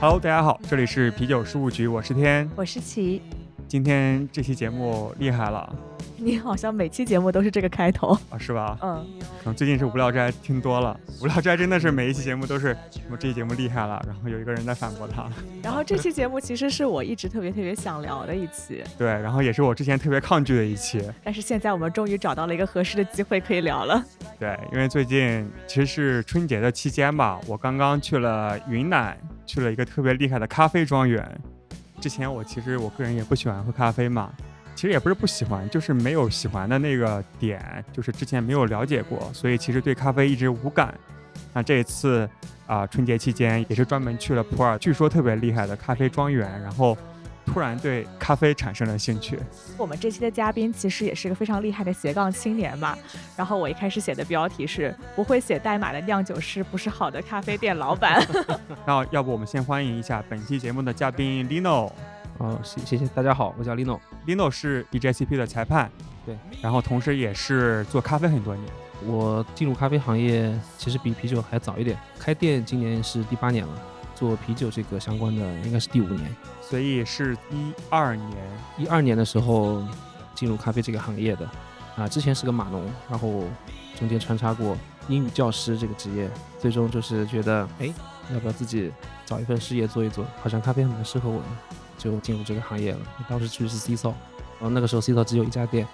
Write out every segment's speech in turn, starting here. Hello，大家好，这里是啤酒事务局，我是天。我是琪，今天这期节目厉害了你好像每期节目都是这个开头。啊，是吧？嗯，可能最近是无聊斋听多了， 无聊斋真的是每一期节目都是什么这期节目厉害了，然后有一个人在反驳他，然后这期节目其实是我一直特别特别想聊的一期，对，然后也是我之前特别抗拒的一期，但是现在我们终于找到了一个合适的机会可以聊了。对，因为最近其实是春节的期间吧，我刚刚去了云南，去了一个特别厉害的咖啡庄园。之前我其实我个人也不喜欢喝咖啡嘛，其实也不是不喜欢，就是没有喜欢的那个点，就是之前没有了解过，所以其实对咖啡一直无感。那这一次啊、春节期间也是专门去了普洱，据说特别厉害的咖啡庄园，然后突然对咖啡产生了兴趣。我们这期的嘉宾其实也是个非常厉害的斜杠青年嘛。然后我一开始写的标题是“不会写代码的酿酒师不是好的咖啡店老板啊那要不我们先欢迎一下本期节目的嘉宾 Lino。啊，谢谢谢，大家好，我叫 Lino， Lino 是 DJCP 的裁判，对，然后同时也是做咖啡很多年，我进入咖啡行业其实比啤酒还早一点，开店今年是第八年了，做啤酒这个相关的应该是第五年，所以是一二年一二年的时候进入咖啡这个行业的，啊，之前是个码农，然后中间穿插过英语教师这个职业，最终就是觉得，哎，要不要自己找一份事业做一做？好像咖啡还蛮适合我的，就进入这个行业了。当时去的是 C s o 然后那个时候 C s o 只有一家店，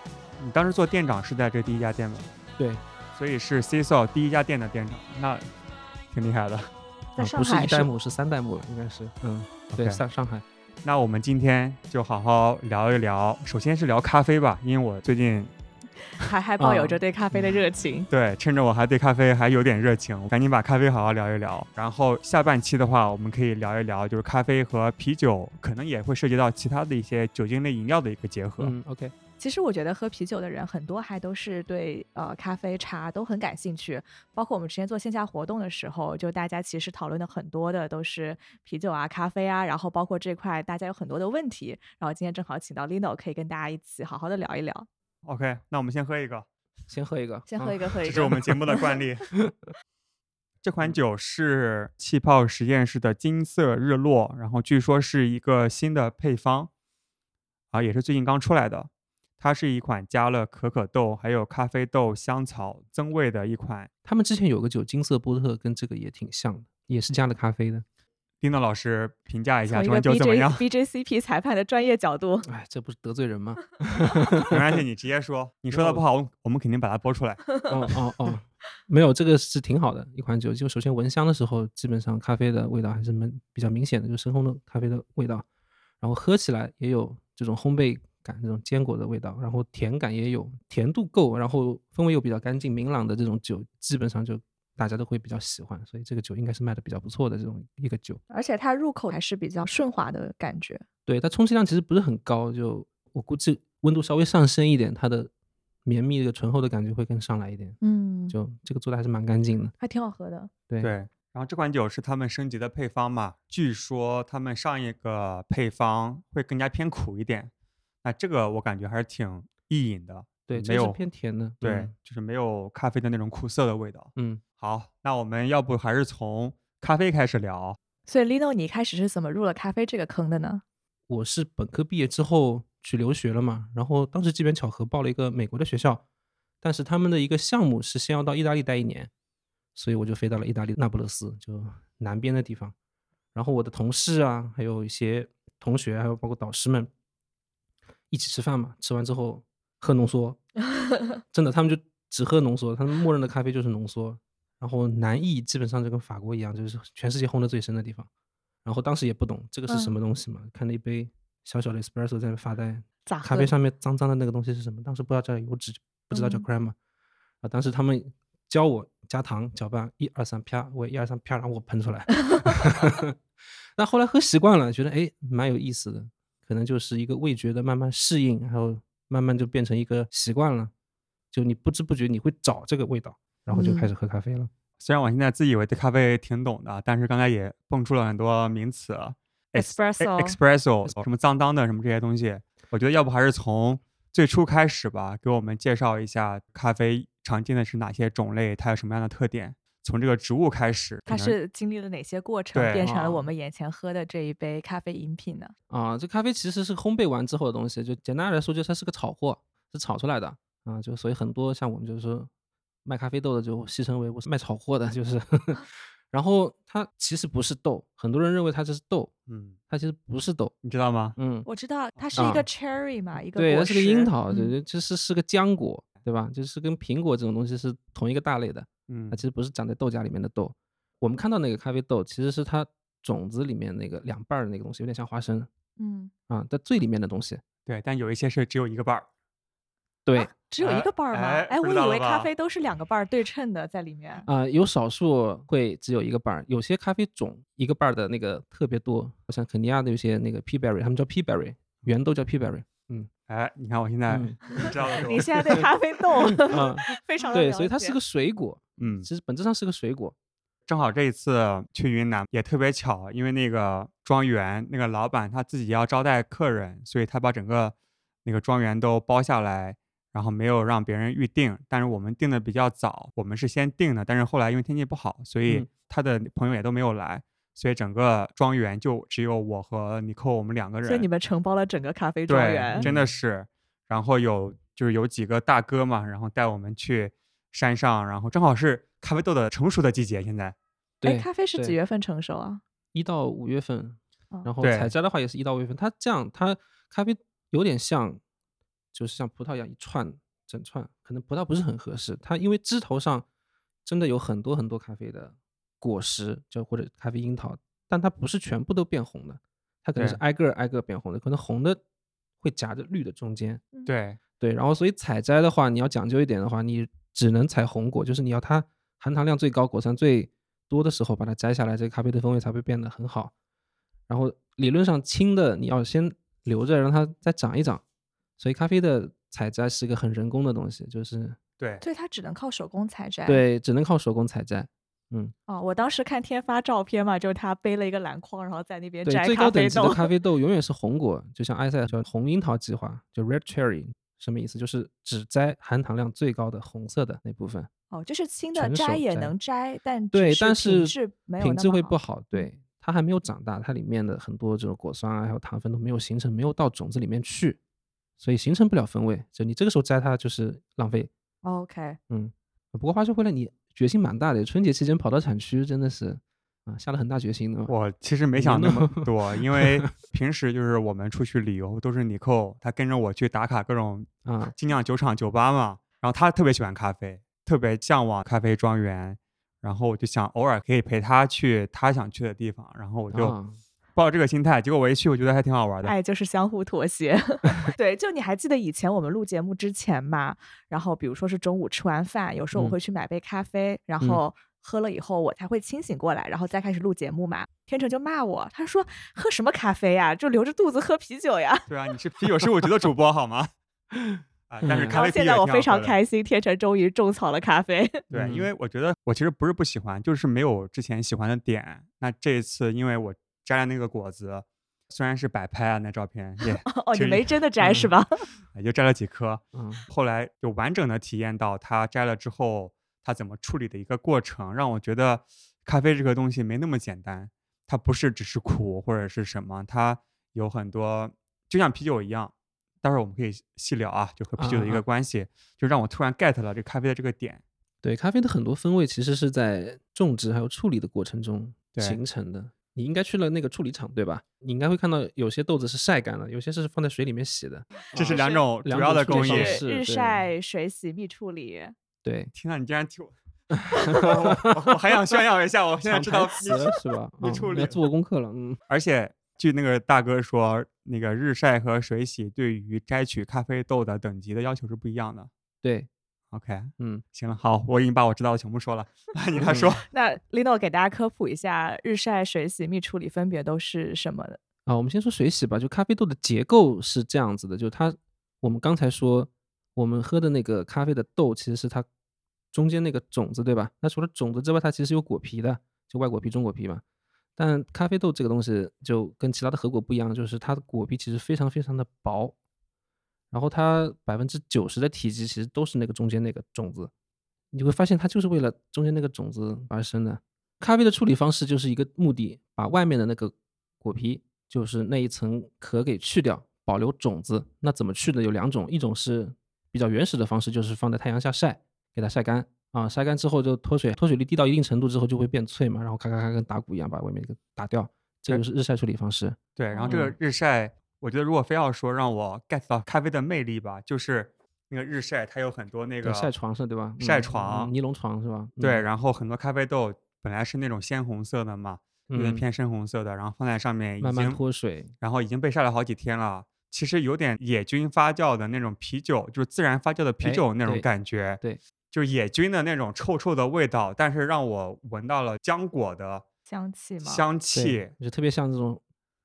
你当时做店长是在这第一家店吗？对，所以是 CSO 第一家店的店长，那挺厉害的。”， 在啊上不是海一是代目，是三代目了，应该是，嗯，对， OK 上上海。那我们今天就好好聊一聊，首先是聊咖啡吧，因为我最近还还抱啊有着对咖啡的热情。对，趁着我还对咖啡还有点热情，我赶紧把咖啡好好聊一聊。然后下半期的话，我们可以聊一聊就是咖啡和啤酒，可能也会涉及到其他的一些酒精类饮料的一个结合。嗯，OK，其实我觉得喝啤酒的人很多，还都是对呃咖啡、茶都很感兴趣。包括我们之前做线下活动的时候，就大家其实讨论的很多的都是啤酒啊、咖啡啊，然后包括这块大家有很多的问题。然后今天正好请到 Lino，可以跟大家一起好好的聊一聊。 OK，那我们先喝一个。先喝一个，嗯先喝一个。个，喝一嗯这个。嗯是我们节目的惯 例。这款酒是气泡实验室的金色日落，然后据说是一个新的配方，啊，也是最近刚出来的。它是一款加了可可豆还有咖啡豆、香草增味的一款。他们之前有个酒金色波特，跟这个也挺像的，也是加了咖啡的。丁诺老师评价一下从这一款酒个怎么 BJ 样？ BJCP 裁判的专业角度，哎，这不是得罪 人吗？没关系，你直接说，你说的嗯不好，我们我们肯定把它播出来。哦哦哦，没有，这个是挺好的一款酒。就首先闻香的时候，基本上咖啡的味道还是蛮比较明显的，就深烘的咖啡的味道。然后喝起来也有这种烘焙感，这种坚果的味道，然后甜感也有，甜度够，然后氛围又比较干净明朗的这种酒，基本上就大家都会比较喜欢。所以这个酒应该是卖的比较不错的这种一个酒。而且它入口还是比较顺滑的感觉。对，它充其量其实不是很高，就我估计温度稍微上升一点，它的绵密的醇厚的感觉会更上来一点。嗯，就这个做的还是蛮干净的。还挺好喝的。对，对，然后这款酒是他们升级的配方嘛？据说他们上一个配方会更加偏苦一点，那这个我感觉还是挺意隐的，对没这个有是偏甜的。对，嗯就是没有咖啡的那种苦涩的味道。嗯，好，那我们要不还是从咖啡开始聊？所以 Lino，你一开始是怎么入了咖啡这个坑的呢？我是本科毕业之后去留学了嘛，然后当时机缘巧合报了一个美国的学校，但是他们的一个项目是先要到意大利待一年，所以我就飞到了意大利那不勒斯，就南边的地方。然后我的同事啊，还有一些同学，还有包括导师们，一起吃饭嘛，吃完之后喝浓缩，真的，他们就只喝浓缩，他们默认的咖啡就是浓缩。然后南意基本上就跟法国一样，就是全世界烘的最深的地方。然后当时也不懂这个是什嗯么东西嘛，看着一杯小小的 espresso 在那发呆，咋喝咖的啡上面脏脏的那个东西是什么？当时不知道叫油脂，不知道叫嗯 crema、啊，当时他们教我加糖搅拌，一二三啪，我一二三啪，然后我喷出 来。 那后来喝习惯了，觉得哎蛮有意思的，可能就是一个味觉的慢慢适应，还有慢慢就变成一个习惯了，就你不知不觉你会找这个味道，然后就开嗯始喝咖啡了。虽然我现在自以为对咖啡挺懂的，啊但是刚才也蹦出了很多名词，es- e- Espresso espresso 什么脏脏的什么这些东西，我觉得要不还是从最初开始吧，给我们介绍一下咖啡常见的是哪些种类，它有什么样的特点。从这个植物开始，可它能是经历了哪些过程，对变成了我哦们眼前喝的这一杯咖啡饮品呢？啊，这咖啡其实是烘焙完之后的东西，就简单来说，就是它是个炒货，是炒出来的啊。就所以很多像我们就是卖咖啡豆的，就戏称为我是卖炒货的， 就是。然后它其实不是豆，很多人认为它这是豆，嗯，它其实不是豆，你知道吗？嗯，我知道它是一个啊 cherry 嘛，一个对，它果是个实樱桃，嗯对，这是是个浆果，对吧？就是跟苹果这种东西是同一个大类的，嗯它其，实不是长在豆荚里面的豆。我们看到那个咖啡豆，其实是它种子里面那个两瓣儿的那个东西，有点像花生嗯，啊，在最里面的东西。对，但有一些是只有一个瓣儿，对，啊只有一哎个瓣儿吗？哎哎，不我知道以了为咖吧啡都是两个瓣儿对称的在里面。啊、有少数会只有一个瓣儿，有些咖啡种一个瓣儿的那个特别多，像肯尼亚的有些那个 p berry，他们叫 p berry，原豆叫 p berry。哎，你看我现在嗯 你知道了多你现在 对咖啡豆啊 非常的对，所以它是解个水果，嗯，其实本质上是个水果。正好这一次去云南也特别巧，因为那个庄园那个老板他自己要招待客人，所以他把整个那个庄园都包下来，然后没有让别人预定。但是我们订的比较早，我们是先订的，但是后来因为天气不好，所以嗯他的朋友也都没有来，所以整个庄园就只有我和尼寇我们两个人。所以你们承包了整个咖啡庄对园，，哎真的是。然后有就是有几个大哥嘛，然后带我们去山上，然后正好是咖啡豆的成熟的季节，现在。哎，对，咖啡是几对月份成熟啊？一到五月份哦，然后对采摘的话也是一到五月份。它这样，它咖啡有点像，就是像葡萄一样一串整串，可能葡萄不是很合适。它因为枝头上真的有很多很多咖啡的果实，就或者咖啡樱桃，但它不是全部都变红的，它可能是对挨个儿挨个儿变红的，可能红的会夹着绿的中间。对，对，然后所以采摘的话，你要讲究一点的话，你只能采红果，就是你要它含糖量最高、果酸最多的时候把它摘下来，这个咖啡的风味才会变得很好。然后理论上青的你要先留着，让它再长一长。所以咖啡的采摘是一个很人工的东西，就是对，对，它只能靠手工采摘。对，只能靠手工采摘。哦，我当时看天发照片嘛，就是他背了一个篮筐，然后在那边对，摘最咖高啡等级的豆。咖 啡豆永远是红果，就像埃塞叫红樱桃计划，就 red cherry，什么意思？就是只摘含糖量最高的红色的那部分。哦，就是新的纯摘手也摘能摘，但只对，是但品是质没有品那质么会好嗯不好，对，它还没有长大，它里面的很多这种果酸啊，还有糖分都没有形成，没有到种子里面去，所以形成不了风味。就你这个时候摘它就是浪费。 OK，嗯，不过话说回来，你决心蛮大的，春节期间跑到产区真的是啊，下了很大决心的嘛。我其实没你想那呢么多，因 为平时就是我们出去旅游都是尼寇，他跟着我去打卡各种啊，精酿酒厂、酒吧嘛，然后他特别喜欢咖啡，特别向往咖啡庄园，然后我就想偶尔可以陪他去他想去的地方，然后我就啊抱着这个心态，结果我一去我觉得还挺好玩哎的，爱哎就是相互妥 协。对，就你还记得以前我们录节目之前嘛，然后比如说是中午吃完饭，有时候我嗯会去买杯咖啡，然嗯后喝了以后我才会清醒过来，然后再开始录节目嘛。天成就骂我，他说喝什么咖啡呀、就留着肚子喝啤酒呀。对啊，你是啤酒事务局的主播 好吗？啊，但是嗯咖然后啡啤酒现在也我挺非好常喝的开心，天成终于种草了咖啡。对，因嗯为我觉得我其实不是不喜欢，就是没有之前喜欢的点。那这一次，因为我摘了那个果子，虽然是摆拍啊，那照片 也哦，其你实没真的摘是吧？也就摘了几颗，嗯后来有完整的体验到它摘了之后它怎么处理的一个过程，让我觉得咖啡这个东西没那么简单，它不是只是苦或者是什么，它有很多就像啤酒一样。待会儿我们可以细聊啊，就和啤酒的一啊啊个啊关系，就让我突然 get 了这咖啡的这个点。对，咖啡的很多风味其实是在种植还有处理的过程中对形成的。你应该去了那个处理厂，对吧？你应该会看到有些豆子是晒干了，有些是放在水里面洗的。这是啊两是种主哦两要种的处工理就艺，方式是日对晒、水洗、蜜处理。对，天呐，你竟然替我！我我我还想炫耀一下，我现在厂知牌道词你是 吧？你啊处要理做功课了，嗯。而且据那个大哥说，那个日晒和水洗对于摘取咖啡豆的等级的要求是不一样的。对， OK，嗯，行了，好，我已经把我知道的全部说了， 你来 说。那 Lino 给大家科普一下，日晒、水洗、蜜处理分别都是什么的？啊，我们先说水洗吧。就咖啡豆的结构是这样子的，就是它，我们刚才说我们喝的那个咖啡的豆，其实是它中间那个种子，对吧？那除了种子之外，它其实有果皮的，就外果皮、中果皮嘛。但咖啡豆这个东西就跟其他的核果不一样，就是它的果皮其实非常非常的薄，然后它百分之九十的体积其实都是那个中间那个种子，你会发现它就是为了中间那个种子而生的。咖啡的处理方式就是一个目的，把外面的那个果皮，就是那一层壳给去掉，保留种子。那怎么去呢？有两种，一种是比较原始的方式，就是放在太阳下晒，给它晒干啊，晒干之后就脱水，脱水率低到一定程度之后就会变脆嘛，然后咔咔咔跟打鼓一样把外面给打掉。这对就是日晒处理方式。对，然后这个嗯日晒，我觉得如果非要说让我 get 到咖啡的魅力吧，就是那个日晒，它有很多那对个晒床是对吧？晒嗯床嗯尼龙床是吧？对，嗯，然后很多咖啡豆本来是那种鲜红色的嘛，有点嗯偏深红色的，然后放在上面已慢慢经脱水。然后已经被晒了好几天了，其实有点野菌发酵的那种啤酒，就是自然发酵的啤哎酒那种对感觉，对就是野菌的那种臭臭的味道，但是让我闻到了浆果的香气嘛，香对气，就特别像这种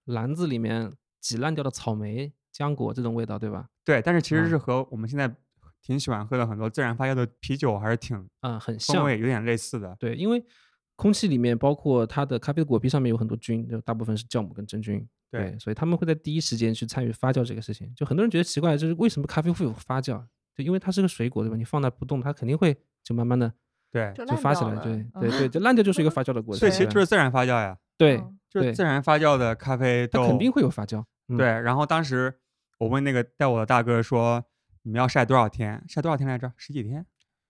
篮子里面挤烂掉的草莓、浆果这种味道，对吧？对但是其实嗯是和我们现在挺喜欢喝的很多自然发酵的啤酒还是挺嗯，很风像。味有点类似的，对，因为空气里面包括它的咖啡的果皮上面有很多菌，就大部分是酵母跟真菌。对对，所以他们会在第一时间去参与发酵这个事情。就很多人觉得奇怪，就是为什么咖啡会有发酵？就因为它是个水果，对吧？你放那不动，它肯定会就慢慢的对，就就烂发起掉来。了。对嗯对对，就烂掉就是一个发酵的过程。所以其实对就吧是自然发酵呀，对嗯，就是对自然发酵的咖啡它豆，肯定会有发酵。嗯对，，然后当时我问那个带我的大哥说，你们要晒多少天？晒多少天来着？十几天？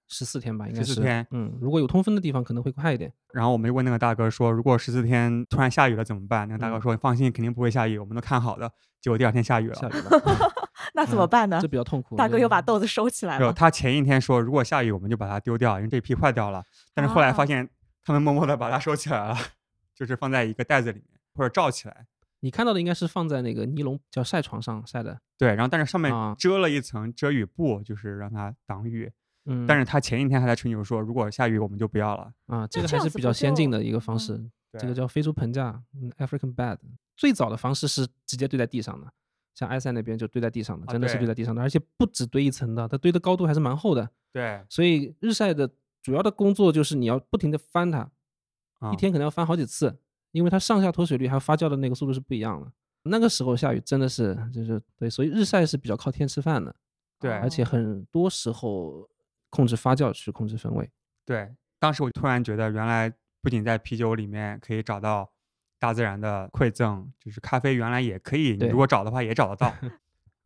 十四天吧，应该14是。天嗯，如果有通风的地方，可能会快一点。然后我们就问那个大哥说，如果十四天突然下雨了怎么办？那个大哥嗯说，放心，肯定不会下雨，我们都看好的。结果第二天下雨下了。雨了， 那怎么办呢嗯这？比较痛苦。大哥就又把豆子收起来没有，了。他前一天说如果下雨我们就把它丢掉，因为这批坏掉了。但是后来啊哦发现他们默默的把它收起来了， 就是放在一个袋子里面或者罩起来。你看到的应该是放在那个尼龙叫晒床上晒的，对，然后但是上面啊遮了一层遮雨布，就是让它挡雨。嗯，但是是他前一天还在吹牛说，如果下雨我们就不要了。啊，这个这还样是子比不较先进的就一个方式，这对个叫非洲盆架嗯 （African bed）。最早的方式是直接堆在地上的，像埃塞那边就堆在地上的，啊真的是对堆在地上的，而且不止堆一层的，它堆的高度还是蛮厚的。对，所以日晒的主要的工作就是你要不停的翻它，啊一天可能要翻好几次，因为它上下脱水率还有发酵的那个速度是不一样的。那个时候下雨真的是就是对，所以日晒是比较靠天吃饭的，对嗯而哦且很多时候控制发酵去控制风味。对，当时我突然觉得，原来不仅在啤酒里面可以找到大自然的馈赠，就是咖啡原来也可以，你对如果找的话也找得 到。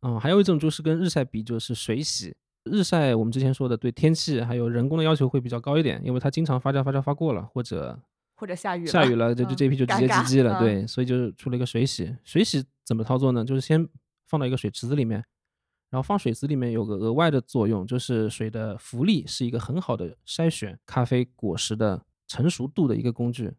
嗯，还有一种就是跟日晒比，就是水洗。日晒我们之前说的对天气还有人工的要求会比较高一点，因为它经常发酵发酵发过了，或者或者下雨了，下雨了，这就嗯这批就直尴接尬 GG 嗯了，对，所以就是出了一个水洗。水洗怎么操作呢？就是先放到一个水池子里面，然后放水池里面有个额外的作用，就是水的浮力是一个很好的筛选咖啡果实的成熟度的一个工具，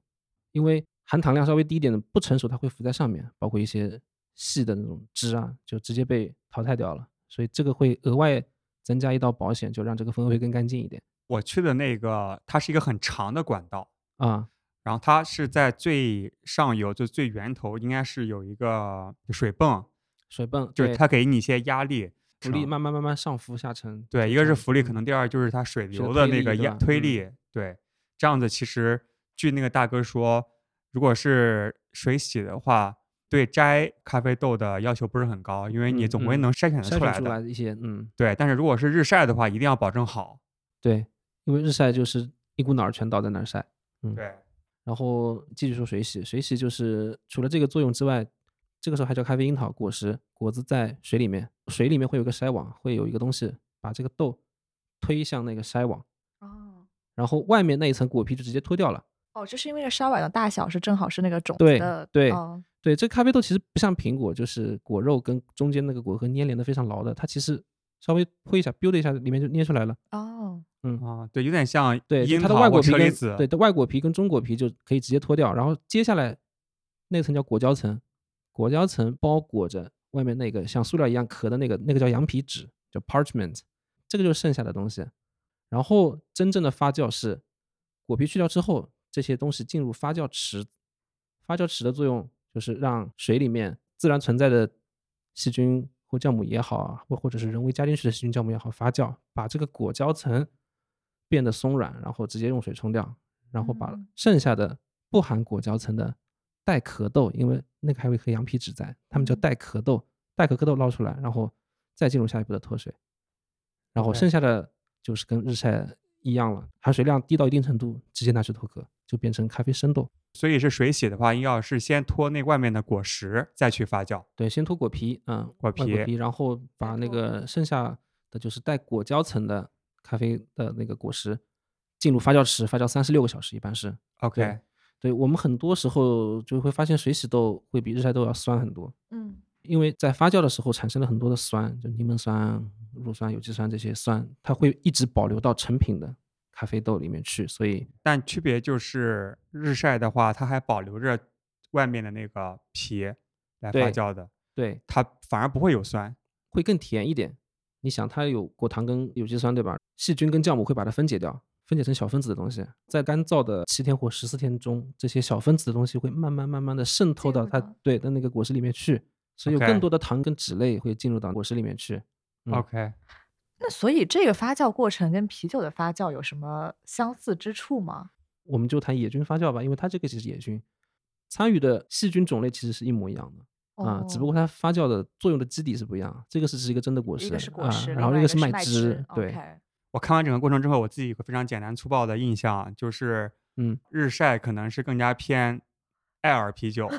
因为含糖量稍微低一点的不成熟，它会浮在上面，包括一些细的那种枝啊，就直接被淘汰掉了，所以这个会额外增加一道保险，就让这个风味更干净一点我去的那个，它是一个很长的管道，啊。然后它是在最上游，就最源头，应该是有一个水泵，水泵就对是它给你一些压力。浮力成慢慢慢慢上浮下沉，对，就一个这是样浮力，可嗯能第二就是它水是的流的推那力个对压吧推嗯力。对，这样子其实据那个大哥说，如果是水洗的话，对摘咖啡豆的要求不是很高，因为你嗯总归嗯能筛选得筛出选来出的。来的一些，嗯，对，但是如果是日晒的话，一定要保证好。对，因为日晒就是一股脑儿全倒在那儿晒，嗯对，然后继续说水洗，水洗就是除了这个作用之外，这个时候还叫咖啡樱桃果实，果子在水里面，水里面会有个筛网，会有一个东西把这个豆推向那个筛网，哦然后外面那一层果皮就直接脱掉了。哦，这是因为这烧碗的大小是正好是那个种对子的，对哦对，这咖啡豆其实不像苹果，就是果肉跟中间那个果核粘连的非常牢的，它其实稍微推一下，biu 的一下，里面就捏出来了。哦，啊，对，有点像嗯对，就樱它的桃外或果皮车厘跟子。对，它外果皮跟中果皮就可以直接脱掉，然后接下来那层叫果胶层，果胶层包裹着外面那个像塑料一样壳的那个，那个叫羊皮纸，叫 parchment，这个就是剩下的东西。然后真正的发酵是果皮去掉之后，这些东西进入发酵池，发酵池的作用就是让水里面自然存在的细菌或酵母也好啊，或或者是人为加进去的细菌酵母也好，发酵把这个果胶层变得松软，然后直接用水冲掉，然后把嗯剩下的不含果胶层的带壳豆，因为那个还有一颗羊皮纸在，它们叫嗯带壳豆，带壳豆捞出来，然后再进入下一步的脱水，然后 OK 剩下的就是跟日晒一样了，含水量低到一定程度，直接拿去脱壳，就变成咖啡生豆。所以是水洗的话，要是先脱那外面的果实，再去发酵。对，先脱果皮，嗯，果外皮皮，然后把那个剩下的就是带果胶层的咖啡的那个果实进入发酵池发酵三十六个小时，一般是。 OK，对对我们很多时候就会发现水洗豆会比日晒豆要酸很多，嗯因为在发酵的时候产生了很多的酸，就柠檬酸、乳酸、有机酸这些酸，它会一直保留到成品的咖啡豆里面去，所以但区别就是日晒的话，它还保留着外面的那个皮来发对酵的，对它反而不会有酸。会更甜一点。你想，它有果糖跟有机酸，对吧？细菌跟酵母会把它分解掉，分解成小分子的东西。在干燥的七天或十四天中，这些小分子的东西会慢慢慢慢的渗透进到入它到对的那个果实里面去，所以有 OK 更多的糖跟脂类会进入到果实里面去。嗯 OK，那所以这个发酵过程跟啤酒的发酵有什么相似之处吗？我们就谈野菌发酵吧，因为它这个其实野菌参与的细菌种类其实是一模一样的。啊，只不哦过它发酵的作用的基底是不一样，这个是是一个真的果实，一个是果啊实，然后另外一一个个是麦麦汁，对 o k 我看完整个过程之后，我自己有个非常简单粗暴的印象，就是，嗯，日晒可能是更加偏爱尔啤 酒，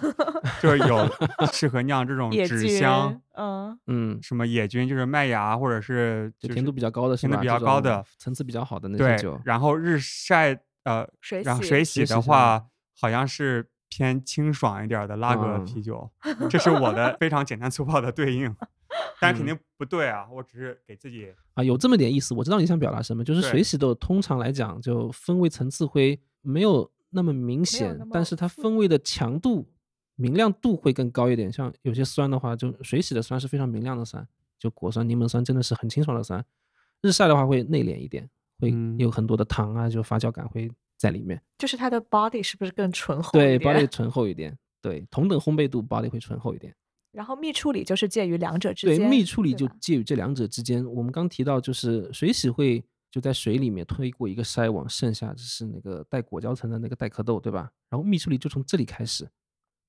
就是有适合酿这种野纸菌箱，嗯，嗯，什么野菌，就是麦芽或者是就就甜是度比较高的是甜吧？度比较这高种的层次比较好的那对些酒，，然后日晒呃，水然后洗水洗洗的是话，好像是偏清爽一点儿的拉格嗯啤酒，这是我的非常简单粗暴的对 应，但肯嗯定不对啊，我只是给自己啊，有这么点意思，我知道你想表达什么，就是对水洗豆通常来讲就风味层次会没有那么明显那，但么是它复风味的强度、明亮度会更高一点。像有些酸的话，就水洗的酸是非常明亮的酸，就果酸、柠檬酸真的是很清爽的酸。日晒的话会内敛一点，会嗯有很多的糖啊，就发酵感会在里面。就是它的 body 是不是更醇厚对一点？ ，body 醇厚一点。对，同等烘焙度，body 会醇厚一点。然后蜜处理就是介于两者之对，间，蜜处理对就吧介于这两者之间。我们刚提到，就是水洗会就在水里面推过一个筛网，剩下就是那个带果胶层的那个带壳豆，对吧？然后蜜处理就从这里开始，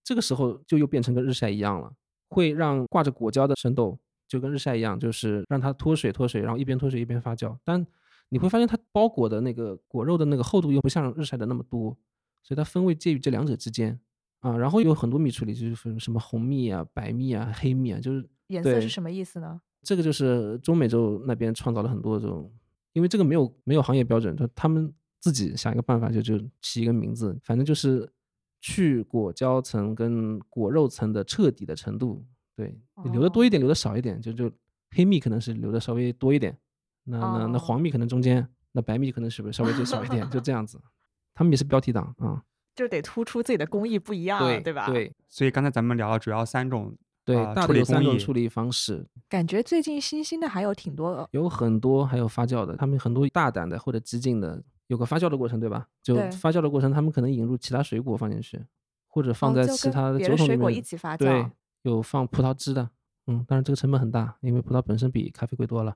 这个时候就又变成跟日晒一样了，会让挂着果胶的生豆就跟日晒一样，就是让它脱水脱水，然后一边脱水一边发酵。但你会发现它包裹的那个果肉的那个厚度又不像日晒的那么多，所以它风味介于这两者之间。啊，然后有很多蜜处理，就是什么红蜜啊、白蜜啊、黑蜜啊，就是颜色对是什么意思呢？这个就是中美洲那边创造了很多这种，因为这个没有没有行业标准，就他们自己想一个办法就，就起一个名字，反正就是去果胶层跟果肉层的彻底的程度，对，你留的多一哦点，留的少一点，就就黑蜜可能是留的稍微多一点，那那那哦黄蜜可能中间，那白蜜可能是不是稍微就少一点，就这样 子，他们也是标题党啊、就得突出自己的工艺不一样，啊对吧？对所以刚才咱们聊了主要三种对，啊大处的理有三工种艺处理方式，感觉最近新兴的还有挺多，有很多还有发酵的，他们很多大胆的或者激进的，有个发酵的过程，对吧？就对发酵的过程，他们可能引入其他水果放进去，或者放哦在就其跟他的别酒的桶水里果面。一起发对酵，，有放葡萄汁的，嗯，当然这个成本很大，因为葡萄本身比咖啡贵多了。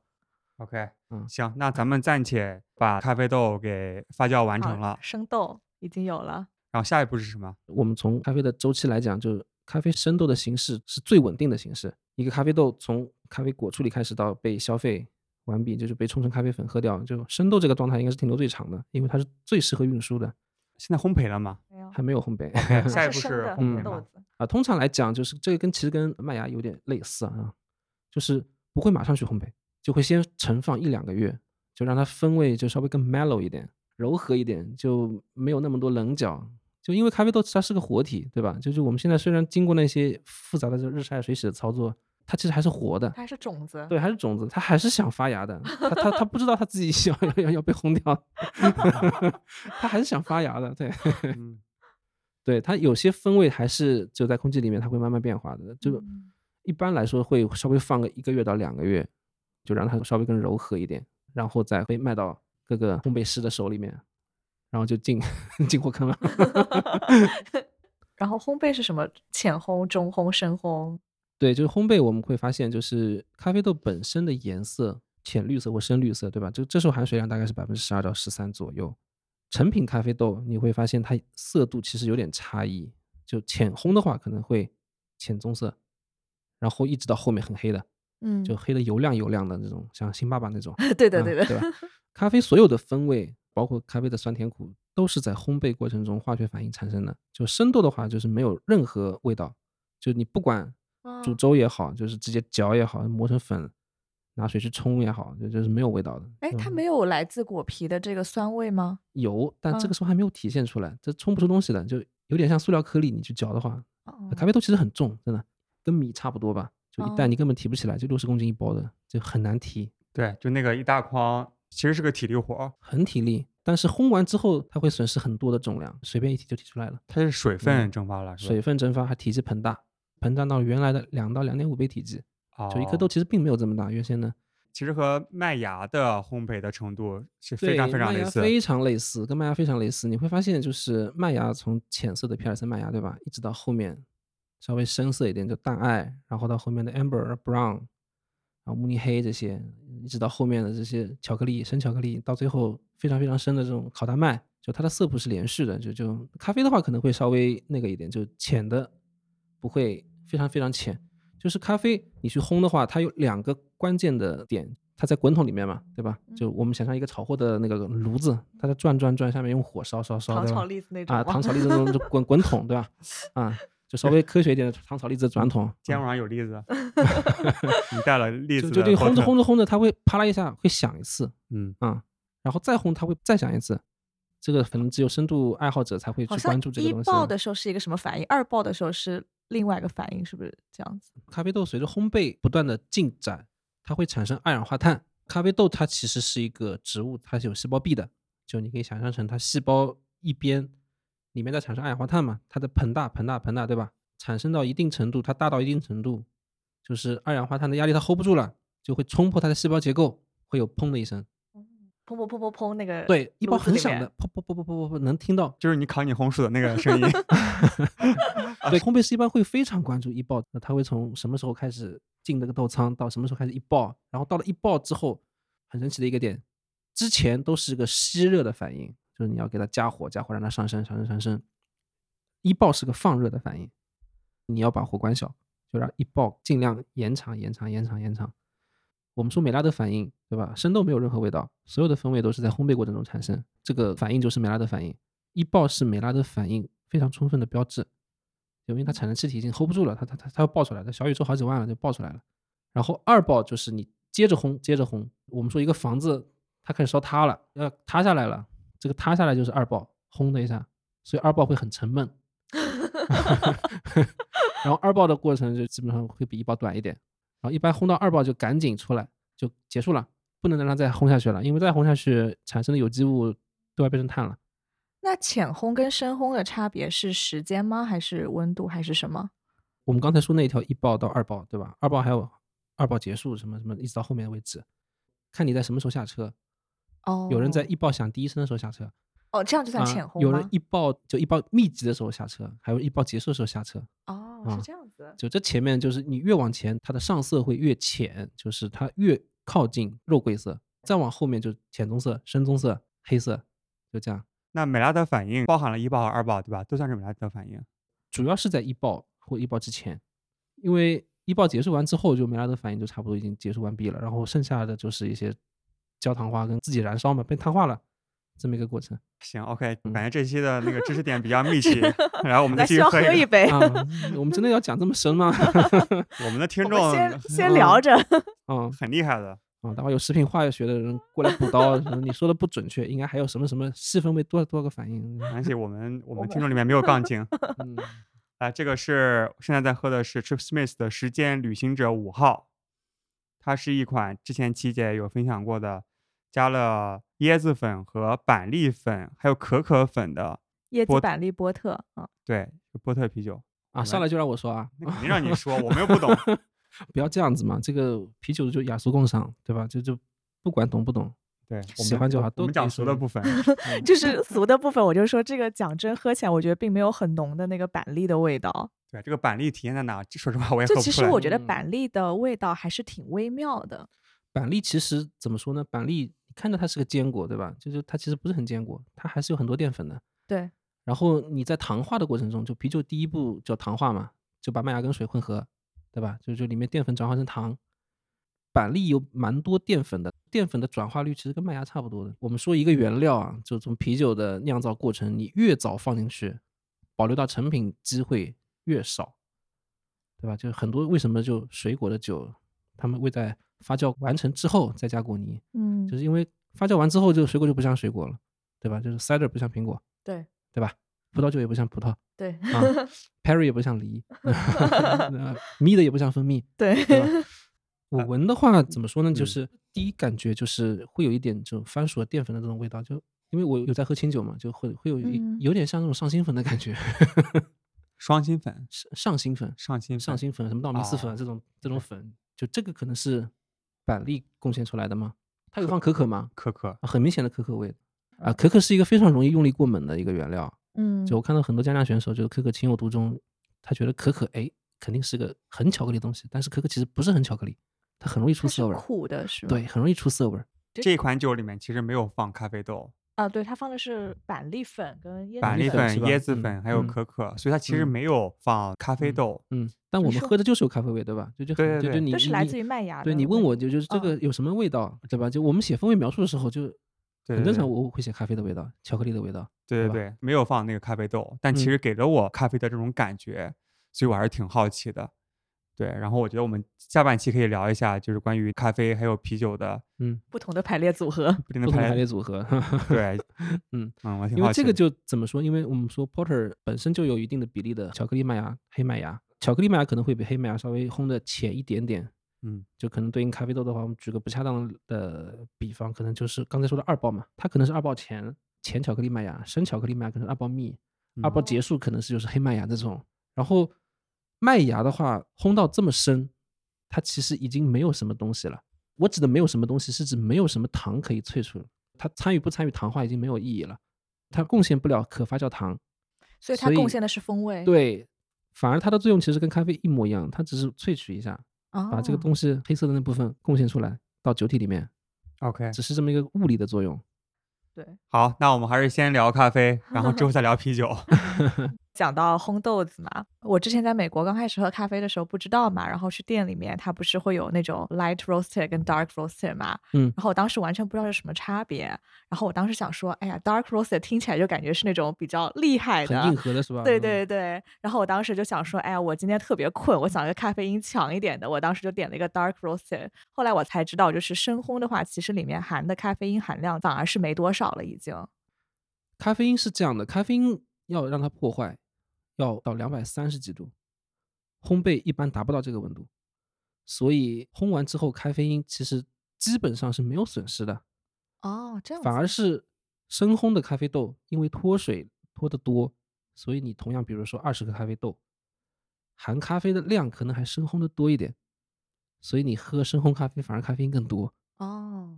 OK，嗯行，那咱们暂且把咖啡豆给发酵完好成了，啊生豆已经有了，然后下一步是什么？我们从咖啡的周期来讲，就是咖啡生豆的形式是最稳定的形式。一个咖啡豆从咖啡果处理开始到被消费完毕，就是被冲成咖啡粉喝掉，就生豆这个状态应该是停留最长的，因为它是最适合运输的，现在烘焙了 吗？没有还没有烘焙。 OK，下一还步是是嗯生的烘焙豆嘛子，啊，通常来讲，就是这个跟其实跟麦芽有点类似啊，就是不会马上去烘焙，就会先存放一两个月，就让它风味就稍微更 mellow 一点，柔和一点，就没有那么多棱角。就因为咖啡豆它是个活体，对吧？就是我们现在虽然经过那些复杂的这日晒水洗的操作，它其实还是活的 它，还是种子，对，还是种子，它还是想发芽的，它它它不知道它自己要 要要被烘掉， 它还是想发芽的，对。嗯，对它有些风味还是就在空气里面，它会慢慢变化的。就嗯一般来说会稍微放个一个月到两个月，就让它稍微更柔和一点，然后再会卖到各个烘焙师的手里面，然后就进 进货坑了。然后烘焙是什么？浅烘、中烘、深烘，对，就是烘焙，我们会发现就是咖啡豆本身的颜色浅绿色或深绿色，对吧？就这时候含水量大概是百分之十二到十三左右。成品咖啡豆你会发现它色度其实有点差异，就浅烘的话可能会浅棕色，然后一直到后面很黑的，嗯，就黑的油亮油亮的那种，像辛巴巴那种。 对的啊对对的，吧？ 咖啡所有的风味，包括咖啡的酸甜苦，都是在烘焙过程中化学反应产生的。就生豆的话，就是没有任何味道，就你不管煮哦粥也好，就是直接嚼也好，磨成粉，拿水去冲也好，就就是没有味道的。哎，它嗯没有来自果皮的这个酸味吗？有，但嗯这个时候还没有体现出来，这冲不出东西的，就有点像塑料颗粒，你去嚼的话，哦咖啡豆其实很重，真的跟米差不多吧，就一袋哦你根本提不起来，就六十公斤一包的，就很难提。对，就那个一大筐，其实是个体力活儿，很体力，但是烘完之后它会损失很多的重量，随便一提就提出来了。它是水分嗯蒸发了，是吧水分蒸发还体积膨大，膨胀到原来的两到两点五倍体积，就一颗豆哦其实并没有这么大，原先呢其实和麦芽的烘焙的程度是非对常非常麦类芽似。非常类似，跟麦芽非常类似。你会发现就是麦芽从浅色的皮尔森麦芽对吧，一直到后面稍微深色一点就淡艾，然后到后面的 amber brown，然后慕尼黑这些，一直到后面的这些巧克力深巧克力，到最后非常非常深的这种烤大麦，就它的色谱是连续的。就就咖啡的话可能会稍微那个一点，就浅的不会非常非常浅。就是咖啡，你去烘的话，它有两个关键的点，它在滚筒里面嘛，对吧？就嗯我们想象一个炒货的那个炉子，它在转转转，下面用火烧烧烧，糖对吧炒栗子那种啊，吗糖 炒栗子那种就滚滚筒，对吧？啊，就稍微科学一点的糖炒栗子转筒，今天晚上有栗 子，你带了栗就子就这个后烘着腿烘着烘着，它会啪啦一下会响一次嗯，啊、然后再烘它会再响一次。这个可能只有深度爱好者才会好去像关注这个一东西。爆的时候是一个什么反应，二爆的时候是另外一个反应，是不是这样子？咖啡豆随着烘焙不断的进展，它会产生二氧化碳。咖啡豆它其实是一个植物，它是有细胞壁的，就你可以想象成它细胞一边里面在产生二氧化碳嘛，它的膨大、膨大、膨大，对吧？产生到一定程度，它大到一定程度，就是二氧化碳的压力它 hold 不住了，就会冲破它的细胞结构，会有砰的一声。砰砰砰砰砰，那个对，一炉包子很里响面的，，砰砰砰砰砰砰砰，能听到。就是你烤你红薯的那个声音， 对，烘焙师一般会非常关注一爆，那他会从什么时候开始进那个豆仓，到什么时候开始一爆，然后到了一爆之后，很神奇的一个点，之前都是个吸热的反应，就是你要给它加火，加火让它上升，上升，上升。一爆是个放热的反应，你要把火关小，就让一爆尽量延长、延长、延长、延长。我们说美拉德反应，对吧？生豆没有任何味道，所有的风味都是在烘焙过程中产生。这个反应就是美拉德反应。一爆是美拉德反应非常充分的标志，因为它产生气体已经 hold 不住了，它它它它要爆出来，它小宇宙好几万了就爆出来了。然后二爆就是你接着烘，接着烘。我们说一个房子它开始烧塌了，要塌下来了，这个塌下来就是二爆，轰的一下，所以二爆会很沉闷。然后二爆的过程就基本上会比一爆短一点，然后一般烘到二爆就赶紧出来就结束了，不能让它再烘下去了，因为再烘下去产生的有机物都要变成碳了。那浅烘跟深烘的差别是时间吗？还是温度？还是什么？我们刚才说那一条一爆到二爆，对吧？二爆还有二爆结束什么什么，一直到后面的位置，看你在什么时候下车。哦，有人在一爆响第一声的时候下车，哦，这样就算啊浅烘吗？有人一爆就一爆密集的时候下车，还有一爆结束的时候下车。哦，啊是这样子。 就这前面就是你越往前，它的上色会越浅，就是它越靠近肉桂色，再往后面就浅棕色、深棕色、黑色，就这样。那美拉德反应包含了一爆和二爆，对吧？都算是美拉德反应。主要是在一爆或一爆之前，因为一爆结束完之后，就梅拉德反应就差不多已经结束完毕了，然后剩下的就是一些焦糖化跟自己燃烧嘛，被碳化了这么一个过程行，OK，嗯感觉这期的那个知识点比较密 集，然后我们再那继需续要喝喝一一个。杯，啊。我们真的要讲这么深吗？ 我们的听我众 们先先嗯聊着。啊很厉害的，啊！待会儿有食品化学学的人过来补刀，说你说的不准确，应该还有什么什么细分为多少多少个反应。而且我们我们们听众里面没有杠精。嗯，啊，这个是我现在在喝的是 Trip Smith 的《时间旅行者五号》，它是一款之前琪姐有分享过的，加了椰子粉和板栗粉还有可可粉的，椰波子板栗波特，嗯，对，波特啤酒。啊，上来就让我说啊，那肯定让你说，我们又不 懂。不要这样子嘛，这个啤酒就雅俗共赏，对吧？就就不管懂不懂，对，我喜们欢就我好我都们可以讲说熟的的部分， 嗯就是俗的部分，我就说这个讲真，喝起来我觉得并没有很浓的那个板栗的味道。对这个板栗体验在哪？这说实话我也喝就不其出实来。我觉得嗯板栗的味道还是挺微妙的。板栗其实怎么说呢？板栗你看着它是个坚果，对吧？就是它其实不是很坚果，它还是有很多淀粉的。对，然后你在糖化的过程中，就啤酒第一步叫糖化嘛，就把麦芽跟水混合，对吧？就就里面淀粉转化成糖，板栗有蛮多淀粉的，淀粉的转化率其实跟麦芽差不多的。我们说一个原料啊，就从啤酒的酿造过程，你越早放进去，保留到成品机会越少，对吧？就很多为什么就水果的酒，他们会在发酵完成之后再加果泥，嗯就是因为发酵完之后，这个水果就不像水果了，对吧？就是 cider 不像苹果，对对吧？葡萄酒也不像葡萄对啊，Perry 也不像梨，呃蜜的也不像蜂蜜，对对吧？我闻的话，怎么说呢？就嗯是第一感觉就是会有一点这种番薯和淀粉的这种味道，就因为我有在喝清酒嘛，就会会有一嗯有点像那种上新粉的感觉， 双心粉、上上新粉、上心粉、上新粉、什么道明寺粉啊哦这种这种粉，就这个可能是板栗贡献出来的吗？它有放可可吗？可可，啊很明显的可可味啊，可可是一个非常容易用力过猛的一个原 料。啊嗯就我看到很多家酿选手，就是可可情有独钟，他觉得可可哎肯定是个很巧克力的东西，但是可可其实不是很巧克力，它很容易它出是涩味儿，苦的是吗？对，很容易出涩味儿。这款酒里面其实没有放咖啡豆，啊，对，它放的是板栗粉跟椰板子栗粉粉、是吧椰子嗯粉还有嗯可可，所以它其实嗯没有放咖啡嗯豆。嗯，但我们说喝的就是有咖啡味，对吧？就就很对对就对就你都是来自于于麦芽的味。对你问我就就是这嗯个有什么味道，对吧？就我们写风味描述的时候就对对很对正常，我会写咖啡的味道、巧克力的味道。对对吧对，没有放那个咖啡豆，但其嗯实给了我咖啡的这种感觉，所以我还是挺好奇的。对，然后我觉得我们下半期可以聊一下，就是关于咖啡还有啤酒的嗯，不同的排列组合，不停的不同排排 列组合，对，嗯嗯，我挺因好为奇这的。个就怎么说？因为我们说 porter 本身就有一定的比例的巧克力麦芽、黑麦芽，巧克力麦芽可能会比黑麦芽稍微烘的浅一点点，嗯，就可能对应咖啡豆的话，我们举个不恰当的比方，可能就是刚才说的二爆嘛，它可能是二爆前前巧克力麦芽，深巧克力麦芽可能是二爆蜜，二爆嗯结束可能是就是黑麦芽这种。然后麦芽的话，烘到这么深，它其实已经没有什么东西了。我指的没有什么东西，是指没有什么糖可以萃取了，它参与不参与糖化已经没有意义了，它贡献不了可发酵糖。所以它所贡以献的是风味。，对，反而它的作用其实跟咖啡一模一样，它只是萃取一下，把这个哦东西黑色的那部分贡献出来到酒体里面， OK，只是这么一个物理的作用。对。好，那我们还是先聊咖啡，然后之后再聊啤 酒。讲到烘豆子嘛，我之前在美国刚开始喝咖啡的时候不知道嘛，然后去店里面它不是会有那种 light roasted 跟 dark roasted 嘛，嗯然后我当时完全不知道是什么差别，然后我当时想说，哎呀，dark roasted 听起来就感觉是那种比较厉害的，啊很硬核的是吧？嗯对对对，然后我当时就想说，哎呀，我今天特别困，我想要个咖啡因强一点的，我当时就点了一个 dark roasted。后来我才知道，就是深烘的话，其实里面含的咖啡因含量反而是没多少了，已经。咖啡因是这样的，咖啡因要让它破坏，要到两百三十几度，烘焙一般达不到这个温度，所以烘完之后，咖啡因其实基本上是没有损失的，哦，这样反而是深烘的咖啡豆，因为脱水脱得多，所以你同样比如说二十个咖啡豆，含咖啡的量可能还深烘的多一点，所以你喝深烘咖啡反而咖啡因更多。嗯哦，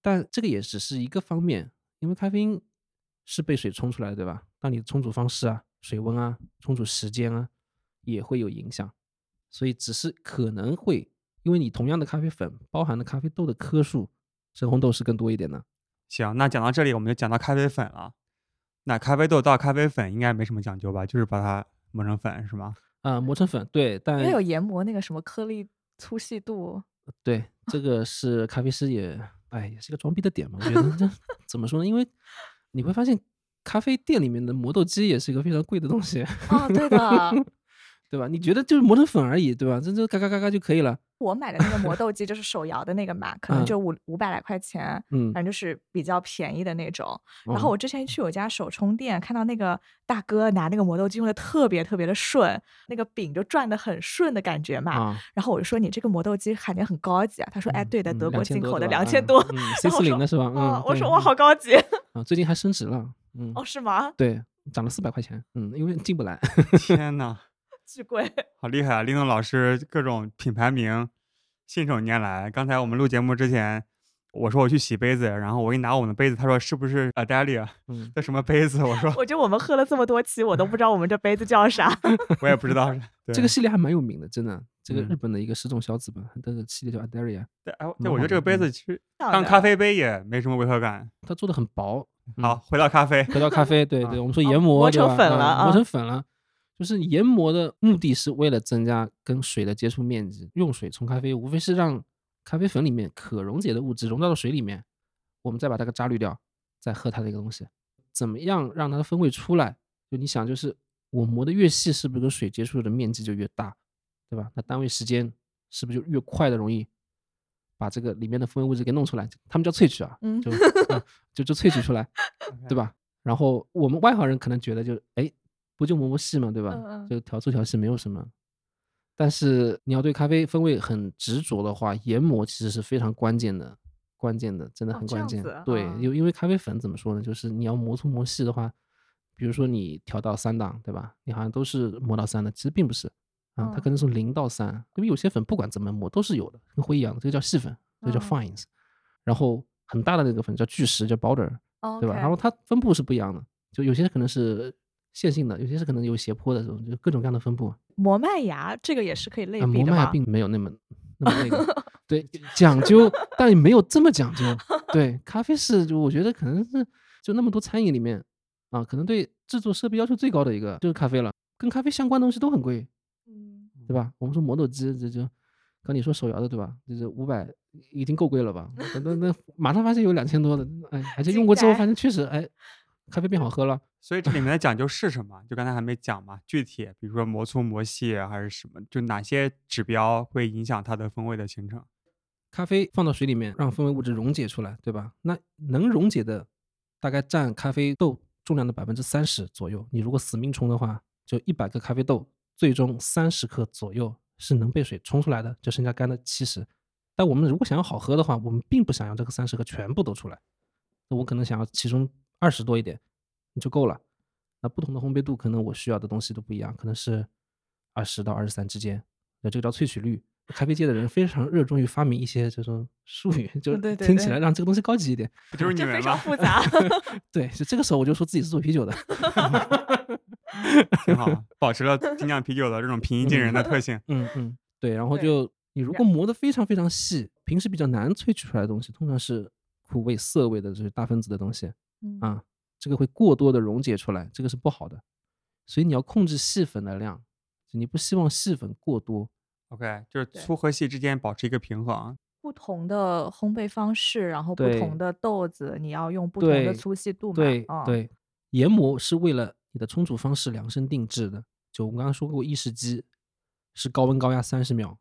但这个也只是一个方面，因为咖啡因是被水冲出来的，对吧？但你的冲煮方式啊、水温啊、冲煮时间啊，也会有影响。所以只是可能会，因为你同样的咖啡粉包含的咖啡豆的颗数，深烘豆是更多一点的。行，那讲到这里，我们就讲到咖啡粉了。那咖啡豆到咖啡粉应该没什么讲究吧？就是把它磨成粉是吗？啊、磨成粉，对，因但为有研磨那个什么颗粒粗细 度，对，这个是咖啡师也，哎，也是个装逼的点嘛。我觉得这怎么说呢？因为你会发现，咖啡店里面的磨豆机也是一个非常贵的东西。 哦对的嗯对吧？你觉得就是磨成粉而已，对吧？这这嘎嘎嘎嘎就可以了。我买的那个磨豆机就是手摇的那个嘛，可能嗯就五五百来块钱，嗯反，正就是比较便宜的那种。哎然哦后我之前去我家手冲店，看到那个大哥拿那个磨豆机用的特别特别的顺，那个柄就转的很顺的感觉嘛。啊，然后我就说你这个磨豆机喊觉很高级啊，他说哎对的，嗯德国2000进口的对吧两千嗯多。嗯，C 然后四我零说的 是吧？啊嗯，我对说哇，嗯好高级啊，最近还升值了，嗯，哦，是吗？对，涨了四百块钱，嗯，因为进不来，天呐，巨贵。好厉害啊！林总老师各种品牌名信手拈来。刚才我们录节目之前，我说我去洗杯子，然后我一拿我们的杯子，他说是不是 Adelia？嗯， 这什么杯子？ 我说我觉得我们喝了这么多期，我都不知道我们这杯子叫 啥。我也不知道。对这个系列还蛮有名的，真的，这个日嗯本的一个失重小子吧，这个系列叫 Adaria，对，哎，对，蛮我觉好得这个的杯嗯子其实这样当的咖啡杯也没什么违和感。它做的很薄。嗯好，，回到咖啡，回到咖啡，对啊对，我们说哦研磨磨对成吧粉啊了啊磨成粉了。就是研磨的目的是为了增加跟水的接触面积，用水冲咖啡无非是让咖啡粉里面可溶解的物质溶到了水里面，我们再把它给渣滤掉，再喝它的一个东西。怎么样让它的风味出来？就你想，就是我磨得越细，是不是跟水接触的面积就越大，对吧？那单位时间是不是就越快的容易把这个里面的风味物质给弄出来？他们叫萃取啊，嗯就、啊就就萃取出来，对吧？然后我们外行人可能觉得就哎，不就磨磨细嘛，对吧？嗯嗯就调粗调细没有什么。但是你要对咖啡风味很执着的话，研磨其实是非常关键的，关键的，真的哦很这关样键。子对啊，因、因为咖啡粉怎么说呢？就是你要磨粗磨细的话，比如说你调到三档，对吧？你好像都是磨到三的，其实并不是啊，它嗯可能是零到三，因为有些粉不管怎么磨都是有的，跟灰一样，这个叫细粉，这个叫嗯 fines，、然后很大的那个粉叫巨石，叫 powder，对吧？然后它分布是不一样的，就有些可能是线性的，有些是可能有斜坡的这种，就各种各样的分布。啊、磨麦芽这个也是可以类呃，比摩的麦嘛。并没有 那么那么那个，对，讲究，但也没有这么 讲究。对，咖啡是就我觉得可能是就那么多餐饮里面啊，可能对制作设备要求最高的一个就是咖啡了，跟咖啡相关的东西都很贵，嗯对吧？我们说磨豆机，这就刚你说手摇的，对吧？就是五百已经够贵了吧？那那那马上发现有两千多的，哎，而且用惊过之后呆发现确实，哎，咖啡变好喝了。 所以这里面的讲究是什么？就刚才还没讲嘛，具体比如说磨粗磨细啊还是什么，就哪些指标会影响它的风味的形成？咖啡放到水里面，让风味物质溶解出来，对吧？那能溶解的大概占咖啡豆重量的百分之三十左右。你如果死命冲的话，就一百个咖啡豆，最终三十克左右是能被水冲出来的，就剩下干的七十。但我们如果想要好喝的话，我们并不想要这个三十克全部都出来，那我可能想要其中二十多一点，你就够了。那不同的烘焙度，可能我需要的东西都不一样，可能是二十到二十三之间。那这个叫萃取率。咖啡界的人非常热衷于发明一些这种术语，就嗯对对听起对来让这个东西高级一点。不就是你这非们常吗？复杂。 对，是这个时候我就说自己是做啤酒的。挺好，啊保持了精酿啤酒的这种平易近人的特性。嗯嗯，对。然后对就你如果磨得非常非常细，平时比较难萃取出来的东西，通常是苦味、涩味的这些大分子的东西嗯啊，这个会过多的溶解出来，这个是不好的。所以你要控制细粉的量，就你不希望细粉过多。 OK，就是对粗和细之间保持一个平衡。不同的烘焙方式，然后不对同的豆子，你要用不同的对粗细度嘛。对嗯、，对，研磨是为了你的冲煮方式量身定制的。就我们刚刚说过，意式机是高温高压三十秒。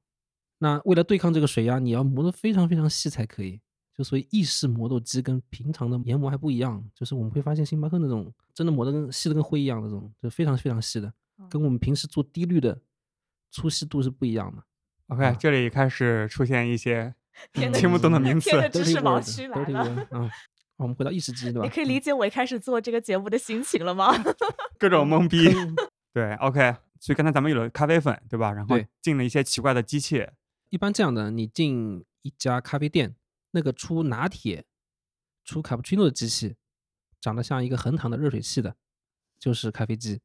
那为了对抗这个水压，你要磨得非常非常细才可以。就所以意式磨豆机跟平常的研磨还不一样，就是我们会发现星巴克那种真的磨得跟细的跟灰一样的那种，就非常非常细的，哦跟我们平时做低滤的粗细度是不一样的。 OK，、啊这里开始出现一些嗯天嗯呐听不懂的名天词呐。知 Dirty 识盲 word，区来 dirty 了 word，嗯， 我们回到意式机对吧？你可以嗯理解我一开始做这个节目的心情了吗？ 各种懵逼。坑对，OK，所以刚才咱们有了咖啡粉，对吧？然后对进了一些奇怪的机器，一般这样的，你进一家咖啡店，那个出拿铁、出卡布奇诺的机器，长得像一个横躺的热水器的，就是咖啡机，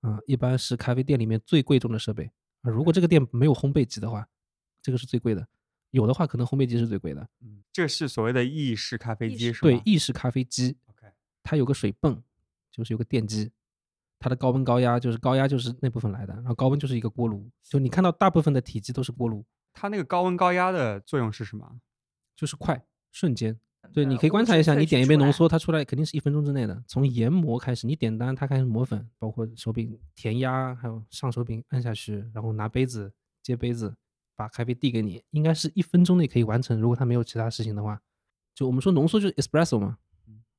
啊、一般是咖啡店里面最贵重的设备啊、如果这个嗯店没有烘焙机的话，这个是最贵的，有的话可能烘焙机是最贵的。嗯，这是所谓的意式咖啡意机，式是对吗，？意式咖啡机 OK 它有个水泵，就是有个电机，它的高温高压就是高压就是那部分来的，然后高温就是一个锅炉，就你看到大部分的体积都是锅炉，它那个高温高压的作用是什么？就是快瞬间。对，呃你可以无观察一菌下，萃你取点一出杯浓来缩，它出来肯定是一分钟之内的。从研磨开始，你点单，它开始磨粉，包括手柄填压，还有上手柄按下去，然后拿杯子接杯子，把咖啡递给你，应该是一分钟内可以完成。如果它没有其他事情的话，就我们说浓缩就是 espresso 嘛，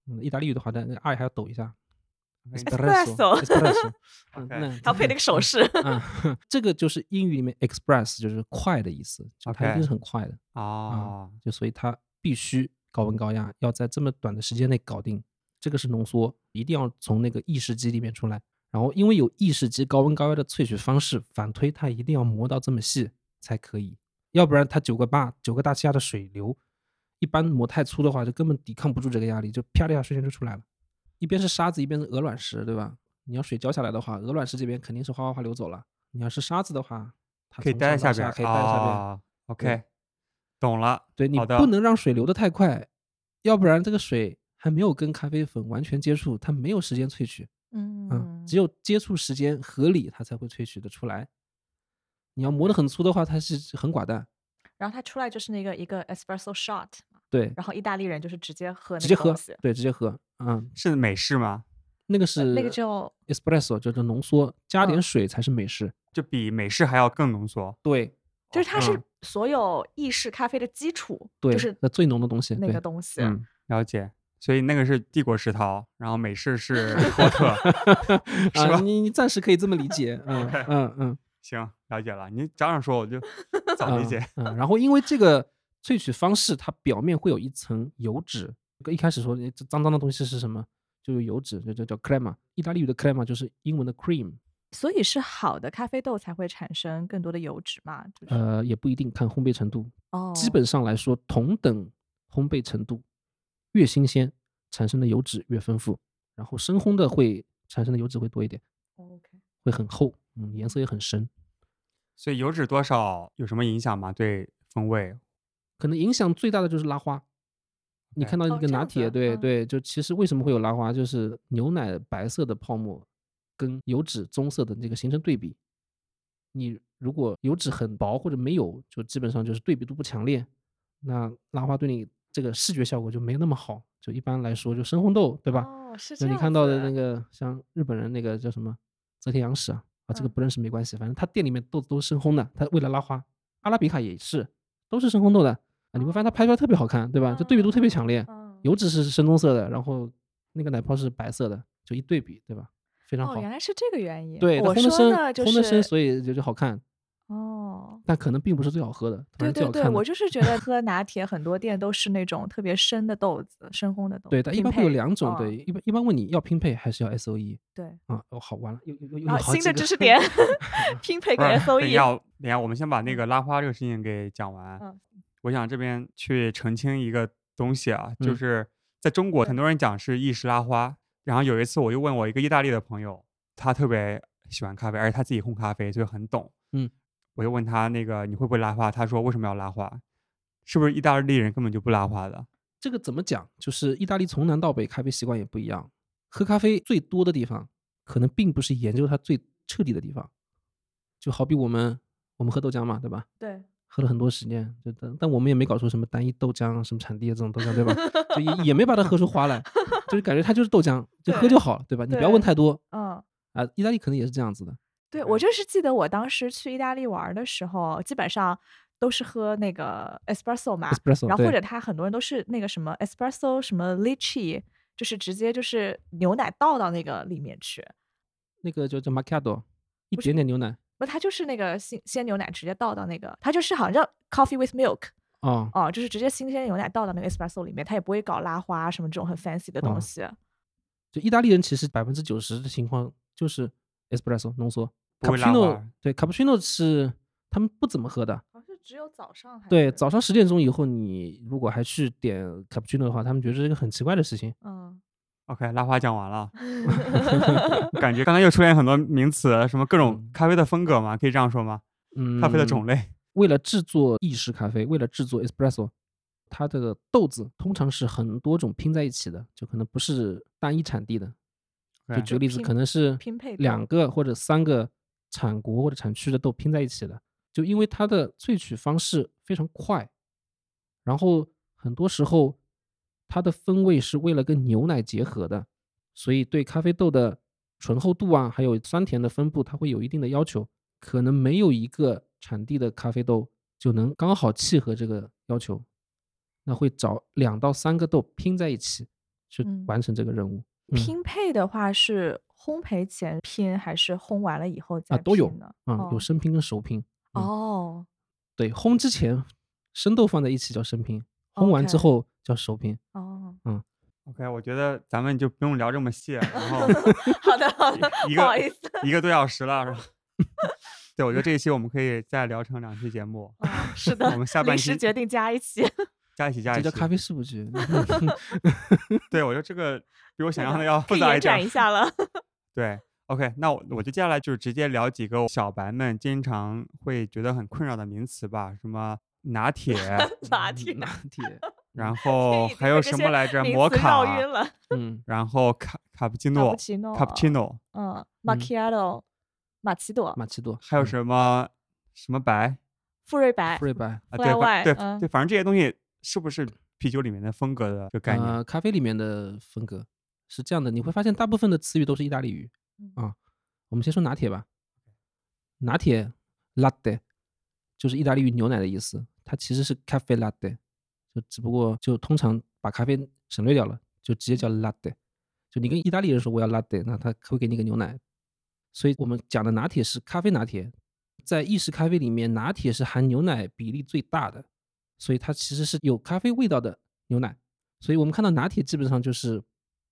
嗯，意大利语的话，但那个 r 还要抖一下 Espresso espresso，嗯 OK 那还要配 那个手势。啊，这个就是英语里面 express 就是快的意思，就它一 OK 定是很快的。哦，就所以它必须高温高压，要在这么短的时间内搞定。这个是浓缩，一定要从那个意式机里面出来。然后因为有意式机高温高压的萃取方式，反推它一定要磨到这么细才可以，要不然它九个八九个大气压的水流，一般磨太粗的话就根本抵抗不住这个压力，就啪的一下瞬间就出来了。一边是沙子，一边是鹅卵石，对吧？你要水浇下来的话，鹅卵石这边肯定是哗哗哗流走了。你要是沙子的话，它可以啊从待在上到下边儿，可以待在下边。哦 OK，对懂了。对你好的不能让水流得太快，要不然这个水还没有跟咖啡粉完全接触，它没有时间萃取啊、嗯只有接触时间合理，它才会萃取的出来。你要磨得很粗的话，它是很寡淡。然后它出来就是那个一个 espresso shot，嘛对，然后意大利人就是直接喝那直接个喝东西，，对，直接喝，嗯，是美式吗？那个呃是那个就 espresso，就是浓缩，加点嗯水才是美式。就比美式还要更浓缩。对就是它是嗯所有意式咖啡的基础，对，就是那最浓的东西，那对 个东西。嗯，了解。所以那个是帝国石涛，然后美式 是波特。是吧啊，你你暂时可以这么理解，嗯 OK 嗯嗯，行，了解了。你早上说我就早理解。嗯。嗯，然后因为这个萃取方式，它表面会有一层油脂。一开始说诶这脏脏的东西是什么？就是油脂，就就叫 crema。意大利语的 crema 就是英文的 cream。所以是好的咖啡豆才会产生更多的油脂嘛？就是、呃，也不一定看烘焙程度。哦，基本上来说，同等烘焙程度，越新鲜产生的油脂越丰富，然后深烘的会产生的油脂会多一点， OK。会很厚，嗯，颜色也很深。所以油脂多少有什么影响吗？对风味？可能影响最大的就是拉花。你哎看到哦一这个拿样子铁，啊对嗯对，就其实为什么会有拉花，就是牛奶白色的泡沫跟油脂棕色的这个形成对比。你如果油脂很薄或者没有，就基本上就是对比度不强烈，那拉花对你这个视觉效果就没那么好。就一般来说，就深烘豆，对吧？哦，是这就样你子。看到的那个像日本人那个叫什么泽田洋史啊，啊这个嗯不认识没关系，反正他店里面豆子都是深烘的，他为了拉花，阿拉比卡也是都是深烘豆的啊，你会发现它拍出来特别好看，对吧？就对比度特别强烈，嗯，油脂是深棕色的，然后那个奶泡是白色的，就一对比，对吧？非常哦，好原。来是这个原因。对，它我烘的说深，呢就烘的深，是所以就就好看，哦。但可能并不是最好喝的，反对正最对好对，看我的。就是觉得喝拿铁很多店都是那种特别深的豆子，深烘的豆子。对，它一拼般会有配两种，嗯对，一般一般问你要拼配还是要 SOE 对。啊？哦，好，完了，又又又又有然好啊后新几的个知 识点， 拼配不跟是，等 SOE 一下，等一下，我们先把那嗯个拉花这个事情给讲完。嗯我想这边去澄清一个东西啊，就嗯是在中国对很多人讲是意式拉花，然后有一次我就问我一个意大利的朋友，他特别喜欢咖啡，而且他自己烘咖啡，所以很懂。嗯，我就问他那个你会不会拉花，他说为什么要拉花？是不是意大利人根本就不拉花的？这个怎么讲？就是意大利从南到北咖啡习惯也不一样，喝咖啡最多的地方，可能并不是研究它最彻底的地方。就好比我们我们喝豆浆嘛，对吧？对，喝了很多时间，就但但我们也没搞出什么单一豆浆、啊什么产地这种豆浆，对吧？就也也没把它喝出 花来，就是感觉它就是豆浆，就喝对就好了，对吧？你不要问对太多嗯。啊、意大利可能也是这样子的，对，我对就是记得我当时去意大利玩儿的时候，基本上都是喝那个 espresso 嘛 espresso，啊然后或者对他很多人都是那个什么 espresso 什么 lychee，就是直接就是牛奶倒到那个里面去，那个就叫 macchiato，一不是点点牛奶不，它就是那个新鲜牛奶直接倒到那个，它就是好像叫 coffee with milk 哦。哦，就是直接新鲜牛奶倒到那个 espresso 里面，它也不会搞拉花啊什么这种很 fancy 的哦东西。就意大利人其实百分之九十的情况就是 espresso 浓缩，不会卡布奇拉嗯花诺儿对卡布奇诺是他们不怎么喝的。好像只有早上还对，早上十点钟以后，你如果还去点卡布奇诺的话，他们觉得是一个很奇怪的事情。嗯， OK，拉花讲完 了，感觉刚才又出现很多名词，什么各种嗯咖啡的风格嘛，可以这样说吗？嗯，咖啡的种类，为了制作意式咖啡，为了制作 espresso，它的豆子通常是很多种拼在一起的，就可能不是单一产地的。就 OK 举个例子，可拼能是拼配豆两个或者三个产国或者产区的豆拼在一起的，就因为它的萃取方式非常快，然后很多时候它的风味是为了跟牛奶结合的，所以对咖啡豆的醇厚度啊，还有酸甜的分布，它会有一定的要求，可能没有一个产地的咖啡豆就能刚好契合这个要求，那会找两到三个豆拼在一起去嗯完成这个任务。嗯拼配的话是烘焙前拼还是烘完了以后再啊都有拼呢？啊、哦有生拼跟熟拼。嗯哦，对，烘之前生豆放在一起叫生拼，烘完之 OK 后叫熟拼。哦， OK，我觉得咱们就不用聊这么细了，然 后好的好的， 一不个好意思，一个多小时了。然后 对，我觉得这一期我们可以再聊成两期节目，哦是的，我们下半临时期决定加一起，加一起加这一起。叫咖啡数 据，嗯对，我觉得这个比我想象的的要啊可复以杂延一展点。一下了。 对，OK，那我我就接下来就是直接聊几个小白们经常会觉得很困扰的名词吧，什么拿 铁，拿铁，嗯拿铁，然天后已经还被有这什些么来着？嗯名摩词绕卡，晕了，嗯，然后卡卡布奇卡布诺、奇诺，卡布奇，诺，呃嗯，macchiato，马奇朵，马奇朵还有嗯什么什么白？富瑞白富，瑞白，啊，不对然反外对嗯对，反正这些东西是不是啤酒里面的风格的这个概念？嗯呃，咖啡里面的风格是这样的，你会发现大部分的词语都是意大利语嗯啊。我们先说拿铁吧，拿铁 latte 就是意大利语牛奶的意思，它其实是 cafe latte，就只不过就通常把咖啡省略掉了，就直接叫嗯 latte。就你跟意大利人说我要 latte，那他会给你一个牛奶。所以我们讲的拿铁是咖啡拿铁，在意式咖啡里面，拿铁是含牛奶比例最大的，所以它其实是有咖啡味道的牛奶。所以我们看到拿铁基本上就是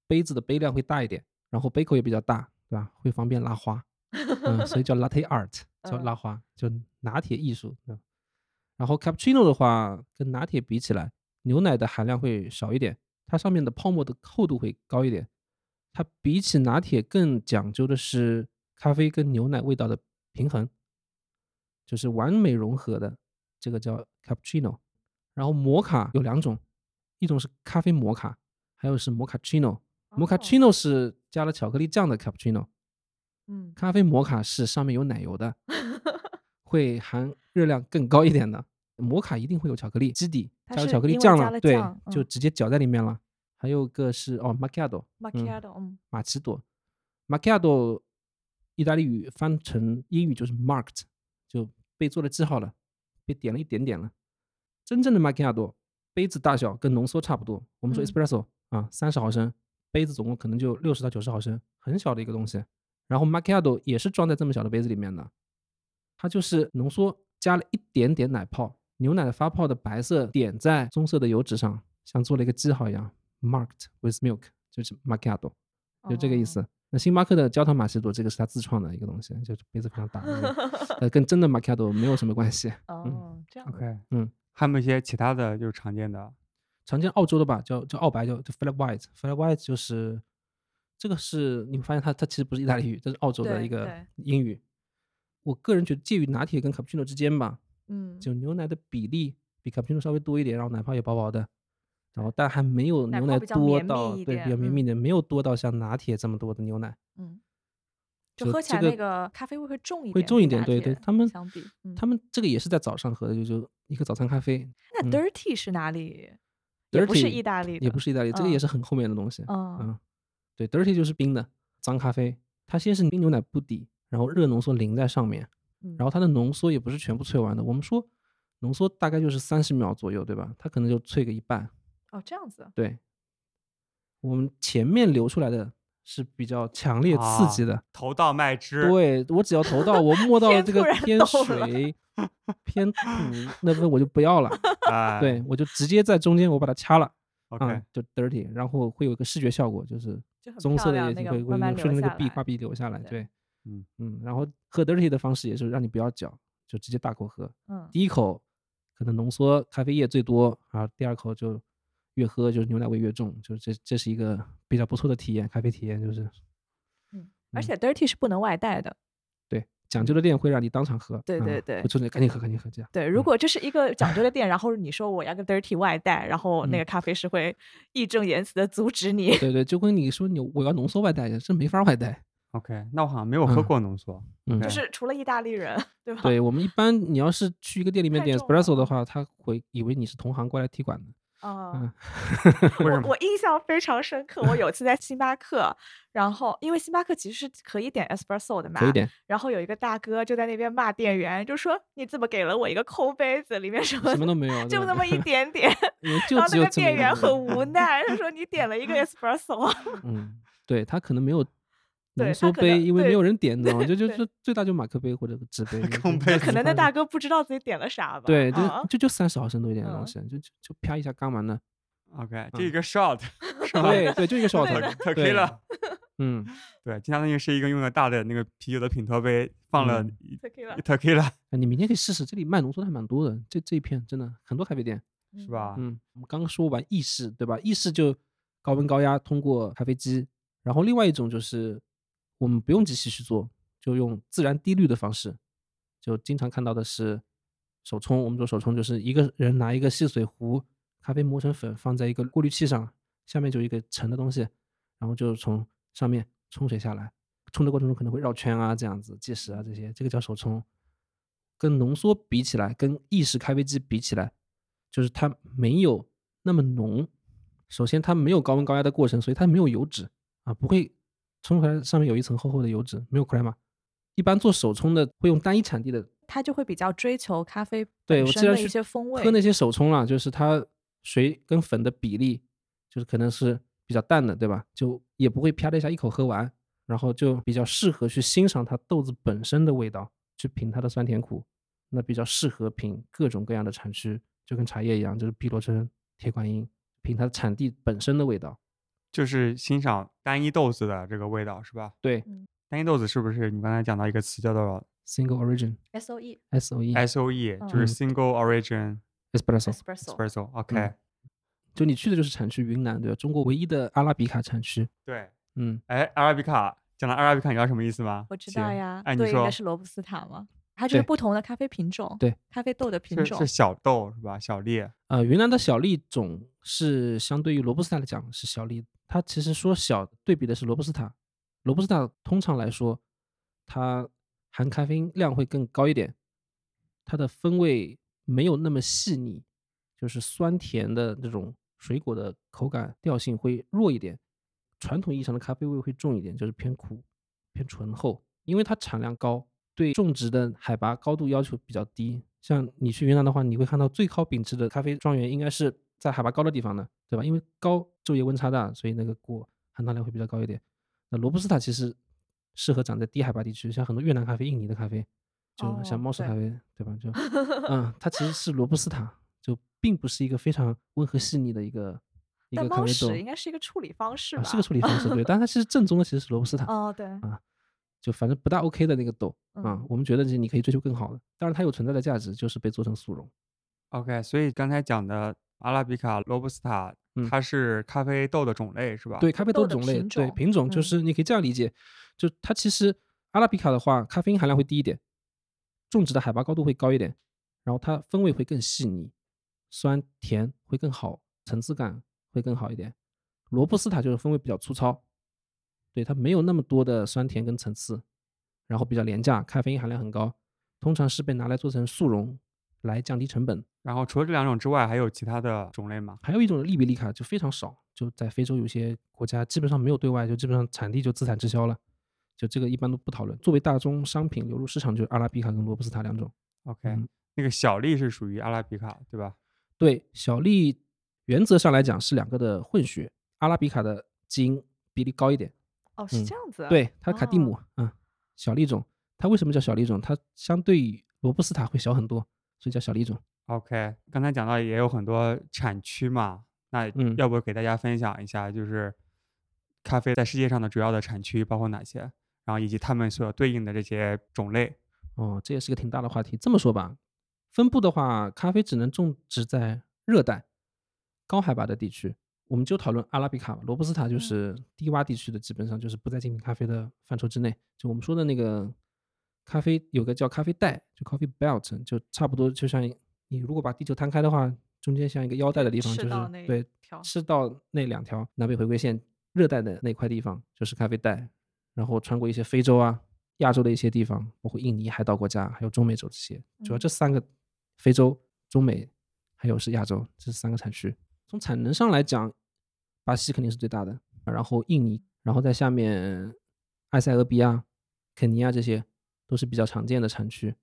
杯子的杯量会大一点，然后杯口也比较大，对吧？会方便拉花，嗯，所以叫 latte art，叫嗯拉花，叫拿铁艺术。嗯、然后 cappuccino 的话，跟拿铁比起来，牛奶的含量会少一点，它上面的泡沫的厚度会高一点。它比起拿铁更讲究的是咖啡跟牛奶味道的平衡，就是完美融合的，这个叫 cappuccino。然后摩卡有两种，一种是咖啡摩卡，还有是摩卡 chino。摩卡哦 chino 是加了巧克力酱的 cappuccino，嗯，咖啡摩卡是上面有奶 油的，会含热量更高一点的。摩卡一定会有巧克力基底，它加了是巧克力因为酱加了，了对，酱就嗯直接搅在里面了。还有个是哦 macchiato，马嗯奇亚的，嗯，马奇朵，macchiato，意大利语翻成英语就是 marked，就被做了记号了，被点了一点点了。真正的 macchiato 杯子大小跟浓缩差不多，我们说嗯 espresso、啊，三十毫升，杯子总共可能就六十到九十毫升，很小的一个东西。然后 macchiato 也是装在这么小的杯子里面的，它就是浓缩加了一点点奶泡，牛奶的发泡的白色点在棕色的油脂上，像做了一个记号一样，marked with milk，就是 macchiato。就这个意哦思。那星巴克的焦糖玛奇朵，这个是他自创的一个东西，就是杯子非常大，呃，跟真的玛奇朵没有什么关系。哦，这样 OK，嗯，还有没有一些其他的就是常见的常见澳洲的吧，叫叫澳白，叫叫 flat white，flat white 就是这个是你会发现它它其实不是意大利语，这是澳洲的对一个对英语。我个人觉得介于拿铁跟 cappuccino 之间吧，嗯，就牛奶的比例比 cappuccino 稍微多一点，然后奶泡也薄薄的，然后但还没有奶牛泡奶比较多绵密到一对比点较绵密嗯的，没有多到像拿铁这么多的牛奶。嗯，就就喝起这来个那个咖啡味会重一点，会重一跟点，拿对对，铁他们相比，嗯他们这个也是在早上喝的，就就一个早餐咖啡，那嗯 dirty 是哪里？也不是 Dirty 意大利的，也不是意大利，这个嗯也是很后面的东西。嗯嗯，对，dirty 就是冰的脏咖啡，它先是冰牛奶不底，然后热浓缩淋在上面，嗯，然后它的浓缩也不是全部萃完的，我们说浓缩大概就是三十秒左右，对吧？它可能就萃个一半。哦这样子，对，我们前面流出来的是比较强烈刺激啊的，头道麦汁？对我只要投到我摸到天这突个然偏懂了水偏土那份我就 不要了。哎，对我就直接在中间我把它掐了，OK，、啊，就 dirty，然后会有一个视觉效果，就是就很棕漂色的亮液那体个会慢会慢顺流着那个下壁来画壁流下来，对对，嗯嗯，然后喝 dirty 的方式也是让你不要搅，就直接大口喝，嗯，第一口可能浓缩咖啡液最多，然后第二口就越喝就是牛奶味越重，就是这这是一个比较不错的体验，咖啡体验就是而嗯且 dirty 是不能外带的。对讲究的店会让你当场喝，对对啊对会说你赶紧喝赶紧喝这样，对，如嗯果这是一个讲究的店，然后你说我要个 dirty 外带，然后那嗯个咖啡师会义正言辞的阻止你。 对对，就跟你说你我要浓缩外带一样，这没法外带。 ，OK，那我好像没有喝嗯过浓缩，嗯，对就是除了意大利人，对吧？ 对我们一般，你要是去一个店里面太点重了哦 espresso 的话，他会以为你是同行过来踢馆的。啊嗯， 为什我么？我印象非常深刻。我有一次在星巴克，然后因为星巴克其实是可以点 espresso 的嘛，可以点然后有一个大哥就在那边骂店员，就说你怎么给了我一个空杯子，里面什么什 么都没有，对就吧那么一点点，因为就然后只那有个这么店一个员东很西无奈，他说你点 了一个 espresso，嗯，对他可能没有 对他浓缩可杯，能因为没对有人点 的，就就对就最大就马克杯或者纸 杯就，空就杯就可能那放大着哥不知道自己点了啥吧？对，就啊就就三十毫升多一点的东嗯西，就就就啪一下干 完了。 OK，嗯这一个 shot 是吧？对对，就一个 shot，可可对 K 嗯，对，金沙那个是一个用的大的那个啤酒的品头杯，放了嗯一 tequila 一 tequila 哎你明天可以试试，这里卖浓缩的还蛮多的，这这一片真的很多咖啡店。 是吧？嗯，我们刚刚说完意式，对吧？意式就高温高压通过咖啡机，然后另外一种就是我们不用机器去做，就用自然滴滤的方式，就经常看到的是手冲。我们说手冲就是一个人拿一个细水壶，咖啡磨成粉放在一个过滤器上，下面就一个沉的东西，然后就从上面冲水下来。冲的过程中可能会绕圈啊，这样子计时啊，这些这个叫手冲。跟浓缩比起来，跟意式咖啡机比起来，就是它没有那么浓。首先，它没有高温高压的过程，所以它没有油脂啊，不会冲出来上面有一层厚厚的油脂，没有 c r e m a 一般做手冲的会用单一产地的它就会比较追求咖啡对本我身之前的去一些风味。喝那些手冲啦，就是它水跟粉的比例，就是可能是比较淡的，对吧？就也不会啪的一下一口喝完，然后就比较适合去欣赏它豆子本身的味道，去品它的酸甜苦，那比较适合品各种各样的产区，就跟茶叶一样，就是碧螺春、铁观音，品它的产地本身的味道。就是欣赏单一豆子的这个味道，是吧？对单一豆子是不是你刚才讲到一个词叫做，single origin S O E S O E S O E，就是嗯 Single Origin espresso， espresso， Espresso？OK，、OK，嗯就你去的就是产区云南，对吧？中国唯一的阿拉比卡产区。对，嗯，哎，阿拉比卡，讲到阿拉比卡，你知道什么意思吗？我知道姐呀，哎，你对应说的是罗布斯塔嘛，它就是对不同的咖啡品种，对咖啡豆的品是种 是，小豆是吧？小粒，呃，云南的小粒种是相对于罗布斯塔来讲是小粒，它其实说小对比的是罗布斯塔，罗布斯塔通常来说它含咖啡因量会更高一点，它的风味没有那么细腻，就是酸甜的这种水果的口感调性会弱一点，传统意义上的咖啡味会重一点，就是偏苦、偏醇厚，因为它产量高，对种植的海拔高度要求比较低。像你去云南的话，你会看到最高品质的咖啡庄园应该是在海拔高的地方的，对吧？因为高昼夜温差大，所以那个果含糖量会比较高一点。那罗布斯塔其实适合长在低海拔地区，像很多越南咖啡、印尼的咖啡，就像哦猫屎对咖啡，对吧？ 就嗯，它其实是罗布斯塔，就并不是一个非常温和细腻的一个一但个咖猫啡豆屎应该是一个处理方式吧？啊，是个处理方式， 对。但它其实正宗的其实是罗布斯塔，哦，对，就反正不大 OK 的那个豆啊嗯，我们觉得这你可以追求更好的。当然，它有存在的价值，就是被做成速溶。 OK，所以刚才讲的阿拉比卡、罗布斯塔，嗯它是咖啡豆的种类是吧？对，，咖啡豆豆的种类，品对种品种，就嗯是你可以这样理解，就它其实阿拉比卡的话，咖啡因含量会低一点，种植的海拔高度会高一点，然后它风味会更细腻，酸甜会更好，层次感会更好一点。罗布斯塔就是风味比较粗糙，对它没有那么多的酸甜跟层次，然后比较廉价，咖啡因含量很高，通常是被拿来做成速溶来降低成本。然后除了这两种之外，还有其他的种类吗？还有一种利比利卡就非常少，就在非洲有些国家基本上没有对外，就基本上产地就自产自销了，就这个一般都不讨论。作为大宗商品流入市场，就是阿拉比卡跟罗布斯塔两种。 OK，、嗯那个小粒是属于阿拉比卡，对吧？对小粒，原则上来讲是两个的混血，阿拉比卡的基因比例高一点，哦，是嗯这样子，，对，它卡蒂哦姆，嗯，小粒种。它为什么叫小粒种？它相对于罗布斯塔会小很多，所以叫小粒种。 OK，刚才讲到也有很多产区嘛，那嗯要不给大家分享一下，就是咖啡在世界上的主要的产区包括哪些，然后以及它们所对应的这些种类。哦，这也是个挺大的话题。这么说吧，分布的话，咖啡只能种植在热带、高海拔的地区。我们就讨论阿拉比卡吧，罗布斯塔就嗯是低洼地区的，基本上就是不在精品咖啡的范畴之内。就我们说的那个咖啡，有个叫咖啡带，就 coffee belt，就差不多就像你如果把地球摊开的话，中间像一个腰带的地方，赤就是道那对条赤道那两条南北回归线热带的那块地方就是咖啡带，然后穿过一些非洲啊、亚洲的一些地方，包括印尼海岛国家，还有中美洲这些，主要嗯这三个，非洲、中美还有是亚洲这三个产区。从产能上来讲，巴西肯定是最大的，然后印尼，然后在下面埃塞俄比亚、肯尼亚这些都是比较常见的产区、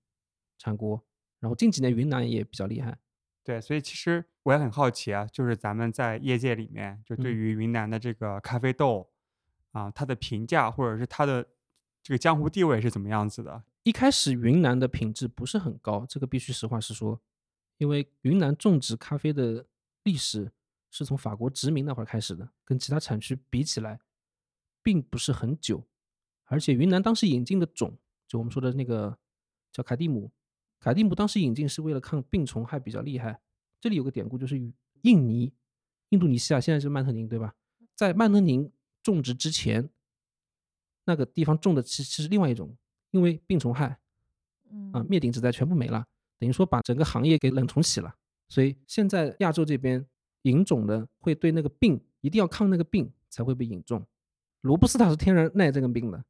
产国。然后近几年云南也比较厉害，对，所以其实我也很好奇啊，就是咱们在业界里面，就对嗯于云南的这个咖啡豆啊，它的评价或者是它的这个江湖地位是怎么样子的？一开始云南的品质不是很高，这个必须实话实说，因为云南种植咖啡的历史是从法国殖民那会儿开始的，跟其他产区比起来，并不是很久。而且云南当时引进的种，就我们说的那个叫卡蒂姆，卡蒂姆当时引进是为了抗病虫害比较厉害。这里有个典故，就是与印尼、印度尼西亚现在是曼特宁对吧？在曼特宁种植之前，那个地方种的其实是另外一种，因为病虫害，嗯啊，灭顶之灾全部没了，等于说把整个行业给冷重洗了。所以现在亚洲这边引种的会对那个病一定要抗那个病才会被引种。罗布斯塔是天然耐这个病的，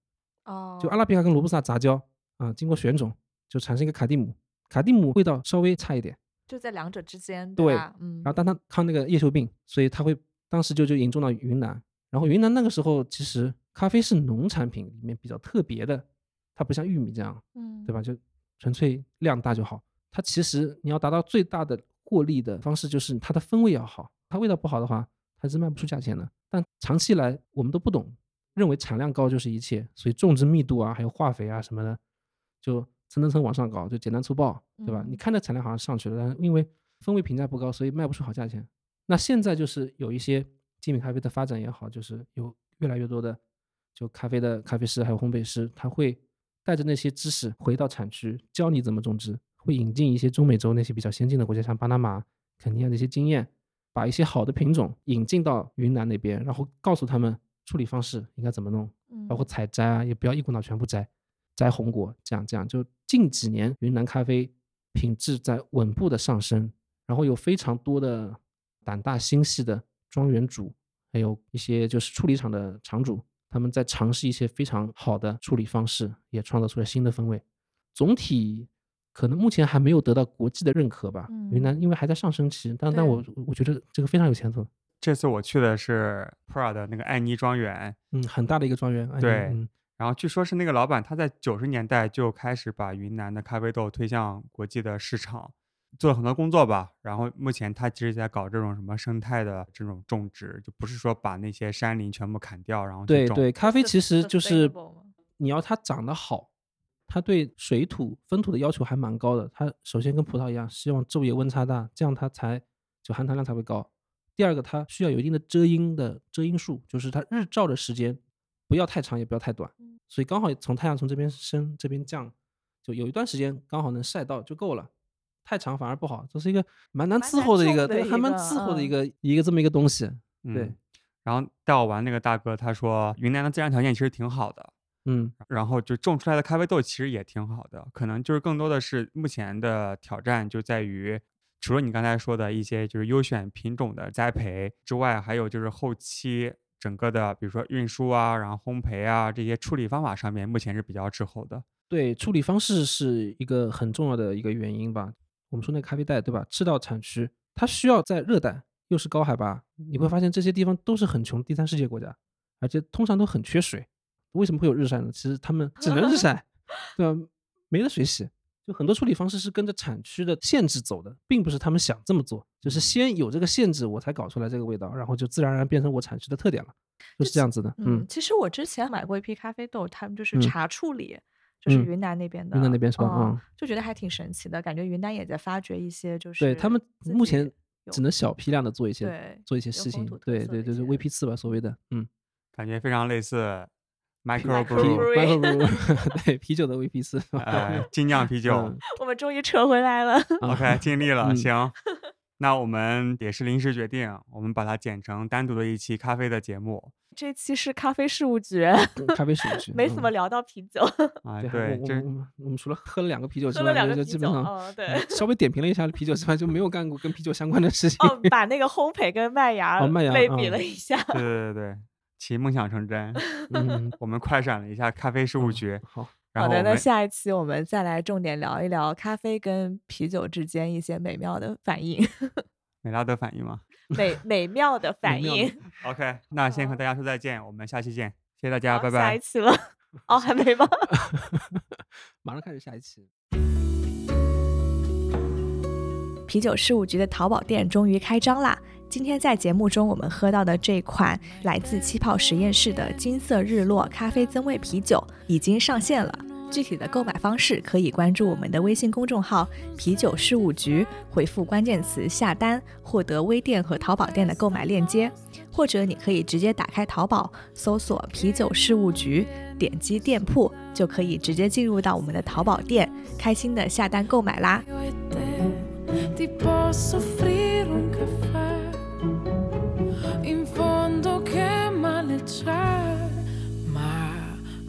哦，就阿拉比卡跟罗布斯塔杂交啊，经过选种就产生一个卡蒂姆，卡蒂姆味道稍微差一点，就在两者之间，对吧？嗯然后，但他抗那个叶锈病，所以他会当时就就引种到云南。然后云南那个时候其实咖啡是农产品里面比较特别的，它不像玉米这样，嗯，对吧？？就纯粹量大就好。它其实你要达到最大的获利的方式，就是它的风味要好。它味道不好的话，它是卖不出价钱的。但长期来我们都不懂，认为产量高就是一切，所以种植密度啊，还有化肥啊什么的，就蹭蹭蹭往上搞，就简单粗暴，对吧？嗯你看着产量好像上去了，但是因为风味评价不高，所以卖不出好价钱。那现在就是有一些精品咖啡的发展也好，就是有越来越多的就咖啡的咖啡师还有烘焙师，他会带着那些知识回到产区，教你怎么种植，会引进一些中美洲那些比较先进的国家，像巴拿马、肯尼亚的一些经验，把一些好的品种引进到云南那边，然后告诉他们处理方式应该怎么弄，包括嗯采摘啊，也不要一股脑全部摘，摘红果，这样这样。就近几年云南咖啡品质在稳步的上升，然后有非常多的胆大心细的庄园主，还有一些就是处理厂的厂主，他们在尝试一些非常好的处理方式，也创造出了新的风味。总体可能目前还没有得到国际的认可吧。云嗯南因为还在上升期，但对但我我觉得这个非常有前途。这次我去的是普洱的那个艾妮庄园，嗯，很大的一个庄园。哎呀对嗯然后据说是那个老板他在九十年代就开始把云南的咖啡豆推向国际的市场，做了很多工作吧。然后目前他其实在搞这种什么生态的这种种植，就不是说把那些山林全部砍掉然后去对种。对，咖啡其实就是，sustainable 吗你要它长得好，它对水土风土的要求还蛮高的。它首先跟葡萄一样，希望昼夜温差大，这样它才就含糖量才会高。第二个，它需要有一定的遮阴的遮阴数，就是它日照的时间不要太长，也不要太短，嗯所以刚好从太阳从这边升这边降，就有一段时间刚好能晒到就够了。太长反而不好，这是一个蛮难蛮伺难候的一种个，的对，一还蛮个伺候的一嗯个一个这么一个东西。嗯对。然后带我玩那个大哥他说，云南的自然条件其实挺好的，嗯，然后就种出来的咖啡豆其实也挺好的，可能就是更多的是目前的挑战就在于，除了你刚才说的一些就是优选品种的栽培之外，还有就是后期整个的，比如说运输啊，然后烘焙啊这些处理方法上面，目前是比较滞后的。对，处理方式是一个很重要的一个原因吧。我们说那个咖啡带，对吧？赤道产区，它需要在热带又是高海拔，你会发现这些地方都是很穷第三世界国家，而且通常都很缺水。为什么会有日晒呢？其实他们只能日晒， 对吧？没得水洗，就很多处理方式是跟着产区的限制走的，并不是他们想这么做，就嗯是先有这个限制，我才搞出来这个味道，然后就自然而然变成我产区的特点了，就就是这样子的。嗯，其实我之前买过一批咖啡豆，他们就是嗯茶处理，就是嗯云南那边的，云南那边是吧嗯嗯，就觉得还挺神奇的，感觉云南也在发掘一些，就是对他们自目己前有只能小批量的做一些对 做一些有事风情土，特对色对，的一就是些 VP 四吧，所谓的嗯感觉非常类 似 micro ，P Microbrew brew， Brewery micro brew，对 啤酒的 VP 四，呃，精酿啤酒。嗯我们终于扯回来了。 OK，尽力了，嗯行。那我们也是临时决定，我们把它剪成单独的一期咖啡的节目这期是咖啡事务 局，咖啡属性，没怎么嗯聊到啤酒，啊。哎对，对，我这我我们我们除了喝了两个啤酒之喝了外，两就个就啤基酒。本上哦，对，嗯稍微点评了一下 啤酒之外，就没有干过跟啤酒相关的事情。哦，把那个烘焙跟麦芽哦麦芽类比嗯了一下。对对对对，其梦想成真。嗯，我们快闪了一下咖啡事务局，好， 然嗯后好我的，那们下一期我们再来重点聊一聊咖啡跟啤酒之间一些美妙的反应，美拉德反应 嘛。美美妙的反妙的应。 OK，那先和好大家说再见，我们下期见，谢谢大家，好拜下拜一。期了。 哦，还没吗？马上开始下一期。啤酒事务局的淘宝店终于开张啦！今天在节目中我们喝到的这款来自气泡实验室的金色日落咖啡增味啤酒已经上线了。具体的购买方式可以关注我们的微信公众号“啤酒事务局”，回复关键词“下单”获得微店和淘宝店的购买链接，或者你可以直接打开淘宝搜索“啤酒事务局”，点击店铺就可以直接进入到我们的淘宝店，开心的下单购买啦！ Io e te ti posso offrire un caffè. In fondo che male c'è, ma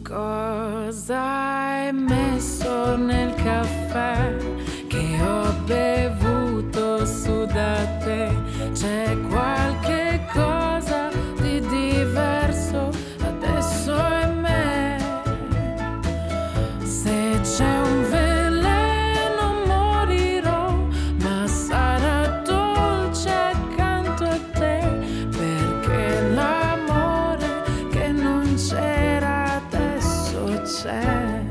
cosa hai messo nel caffè che ho bevuto su da te? C'è qualche cosa di diverso adesso in me. Se c'è un veleno sincera adesso c'è.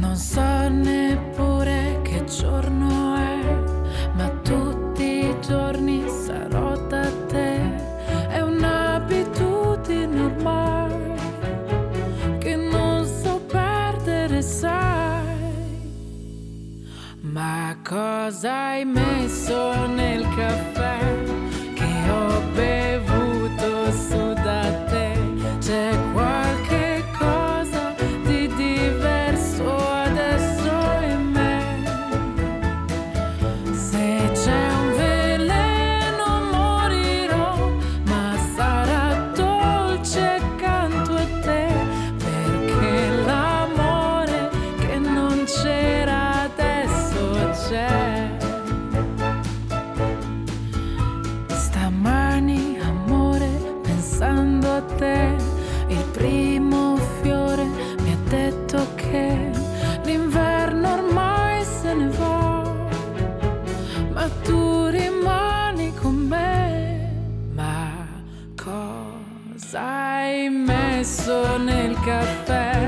Non so neppure che giorno è, ma tutti i giorni sarò da te. È un'abitudine ormai che non so perdere, sai. Ma cosa hai messo nel caffè che ho bevuto su da te? C'è qualche cosa di diverso adesso in me. Se c'è un veleno morirò, ma sarà dolce accanto a te, perché l'amore che non c'era adesso c'è. Stamani, amore, pensando a te, il primo fiore mi ha detto che l'inverno ormai se ne va, ma tu rimani con me. Ma cosa hai messo nel caffè?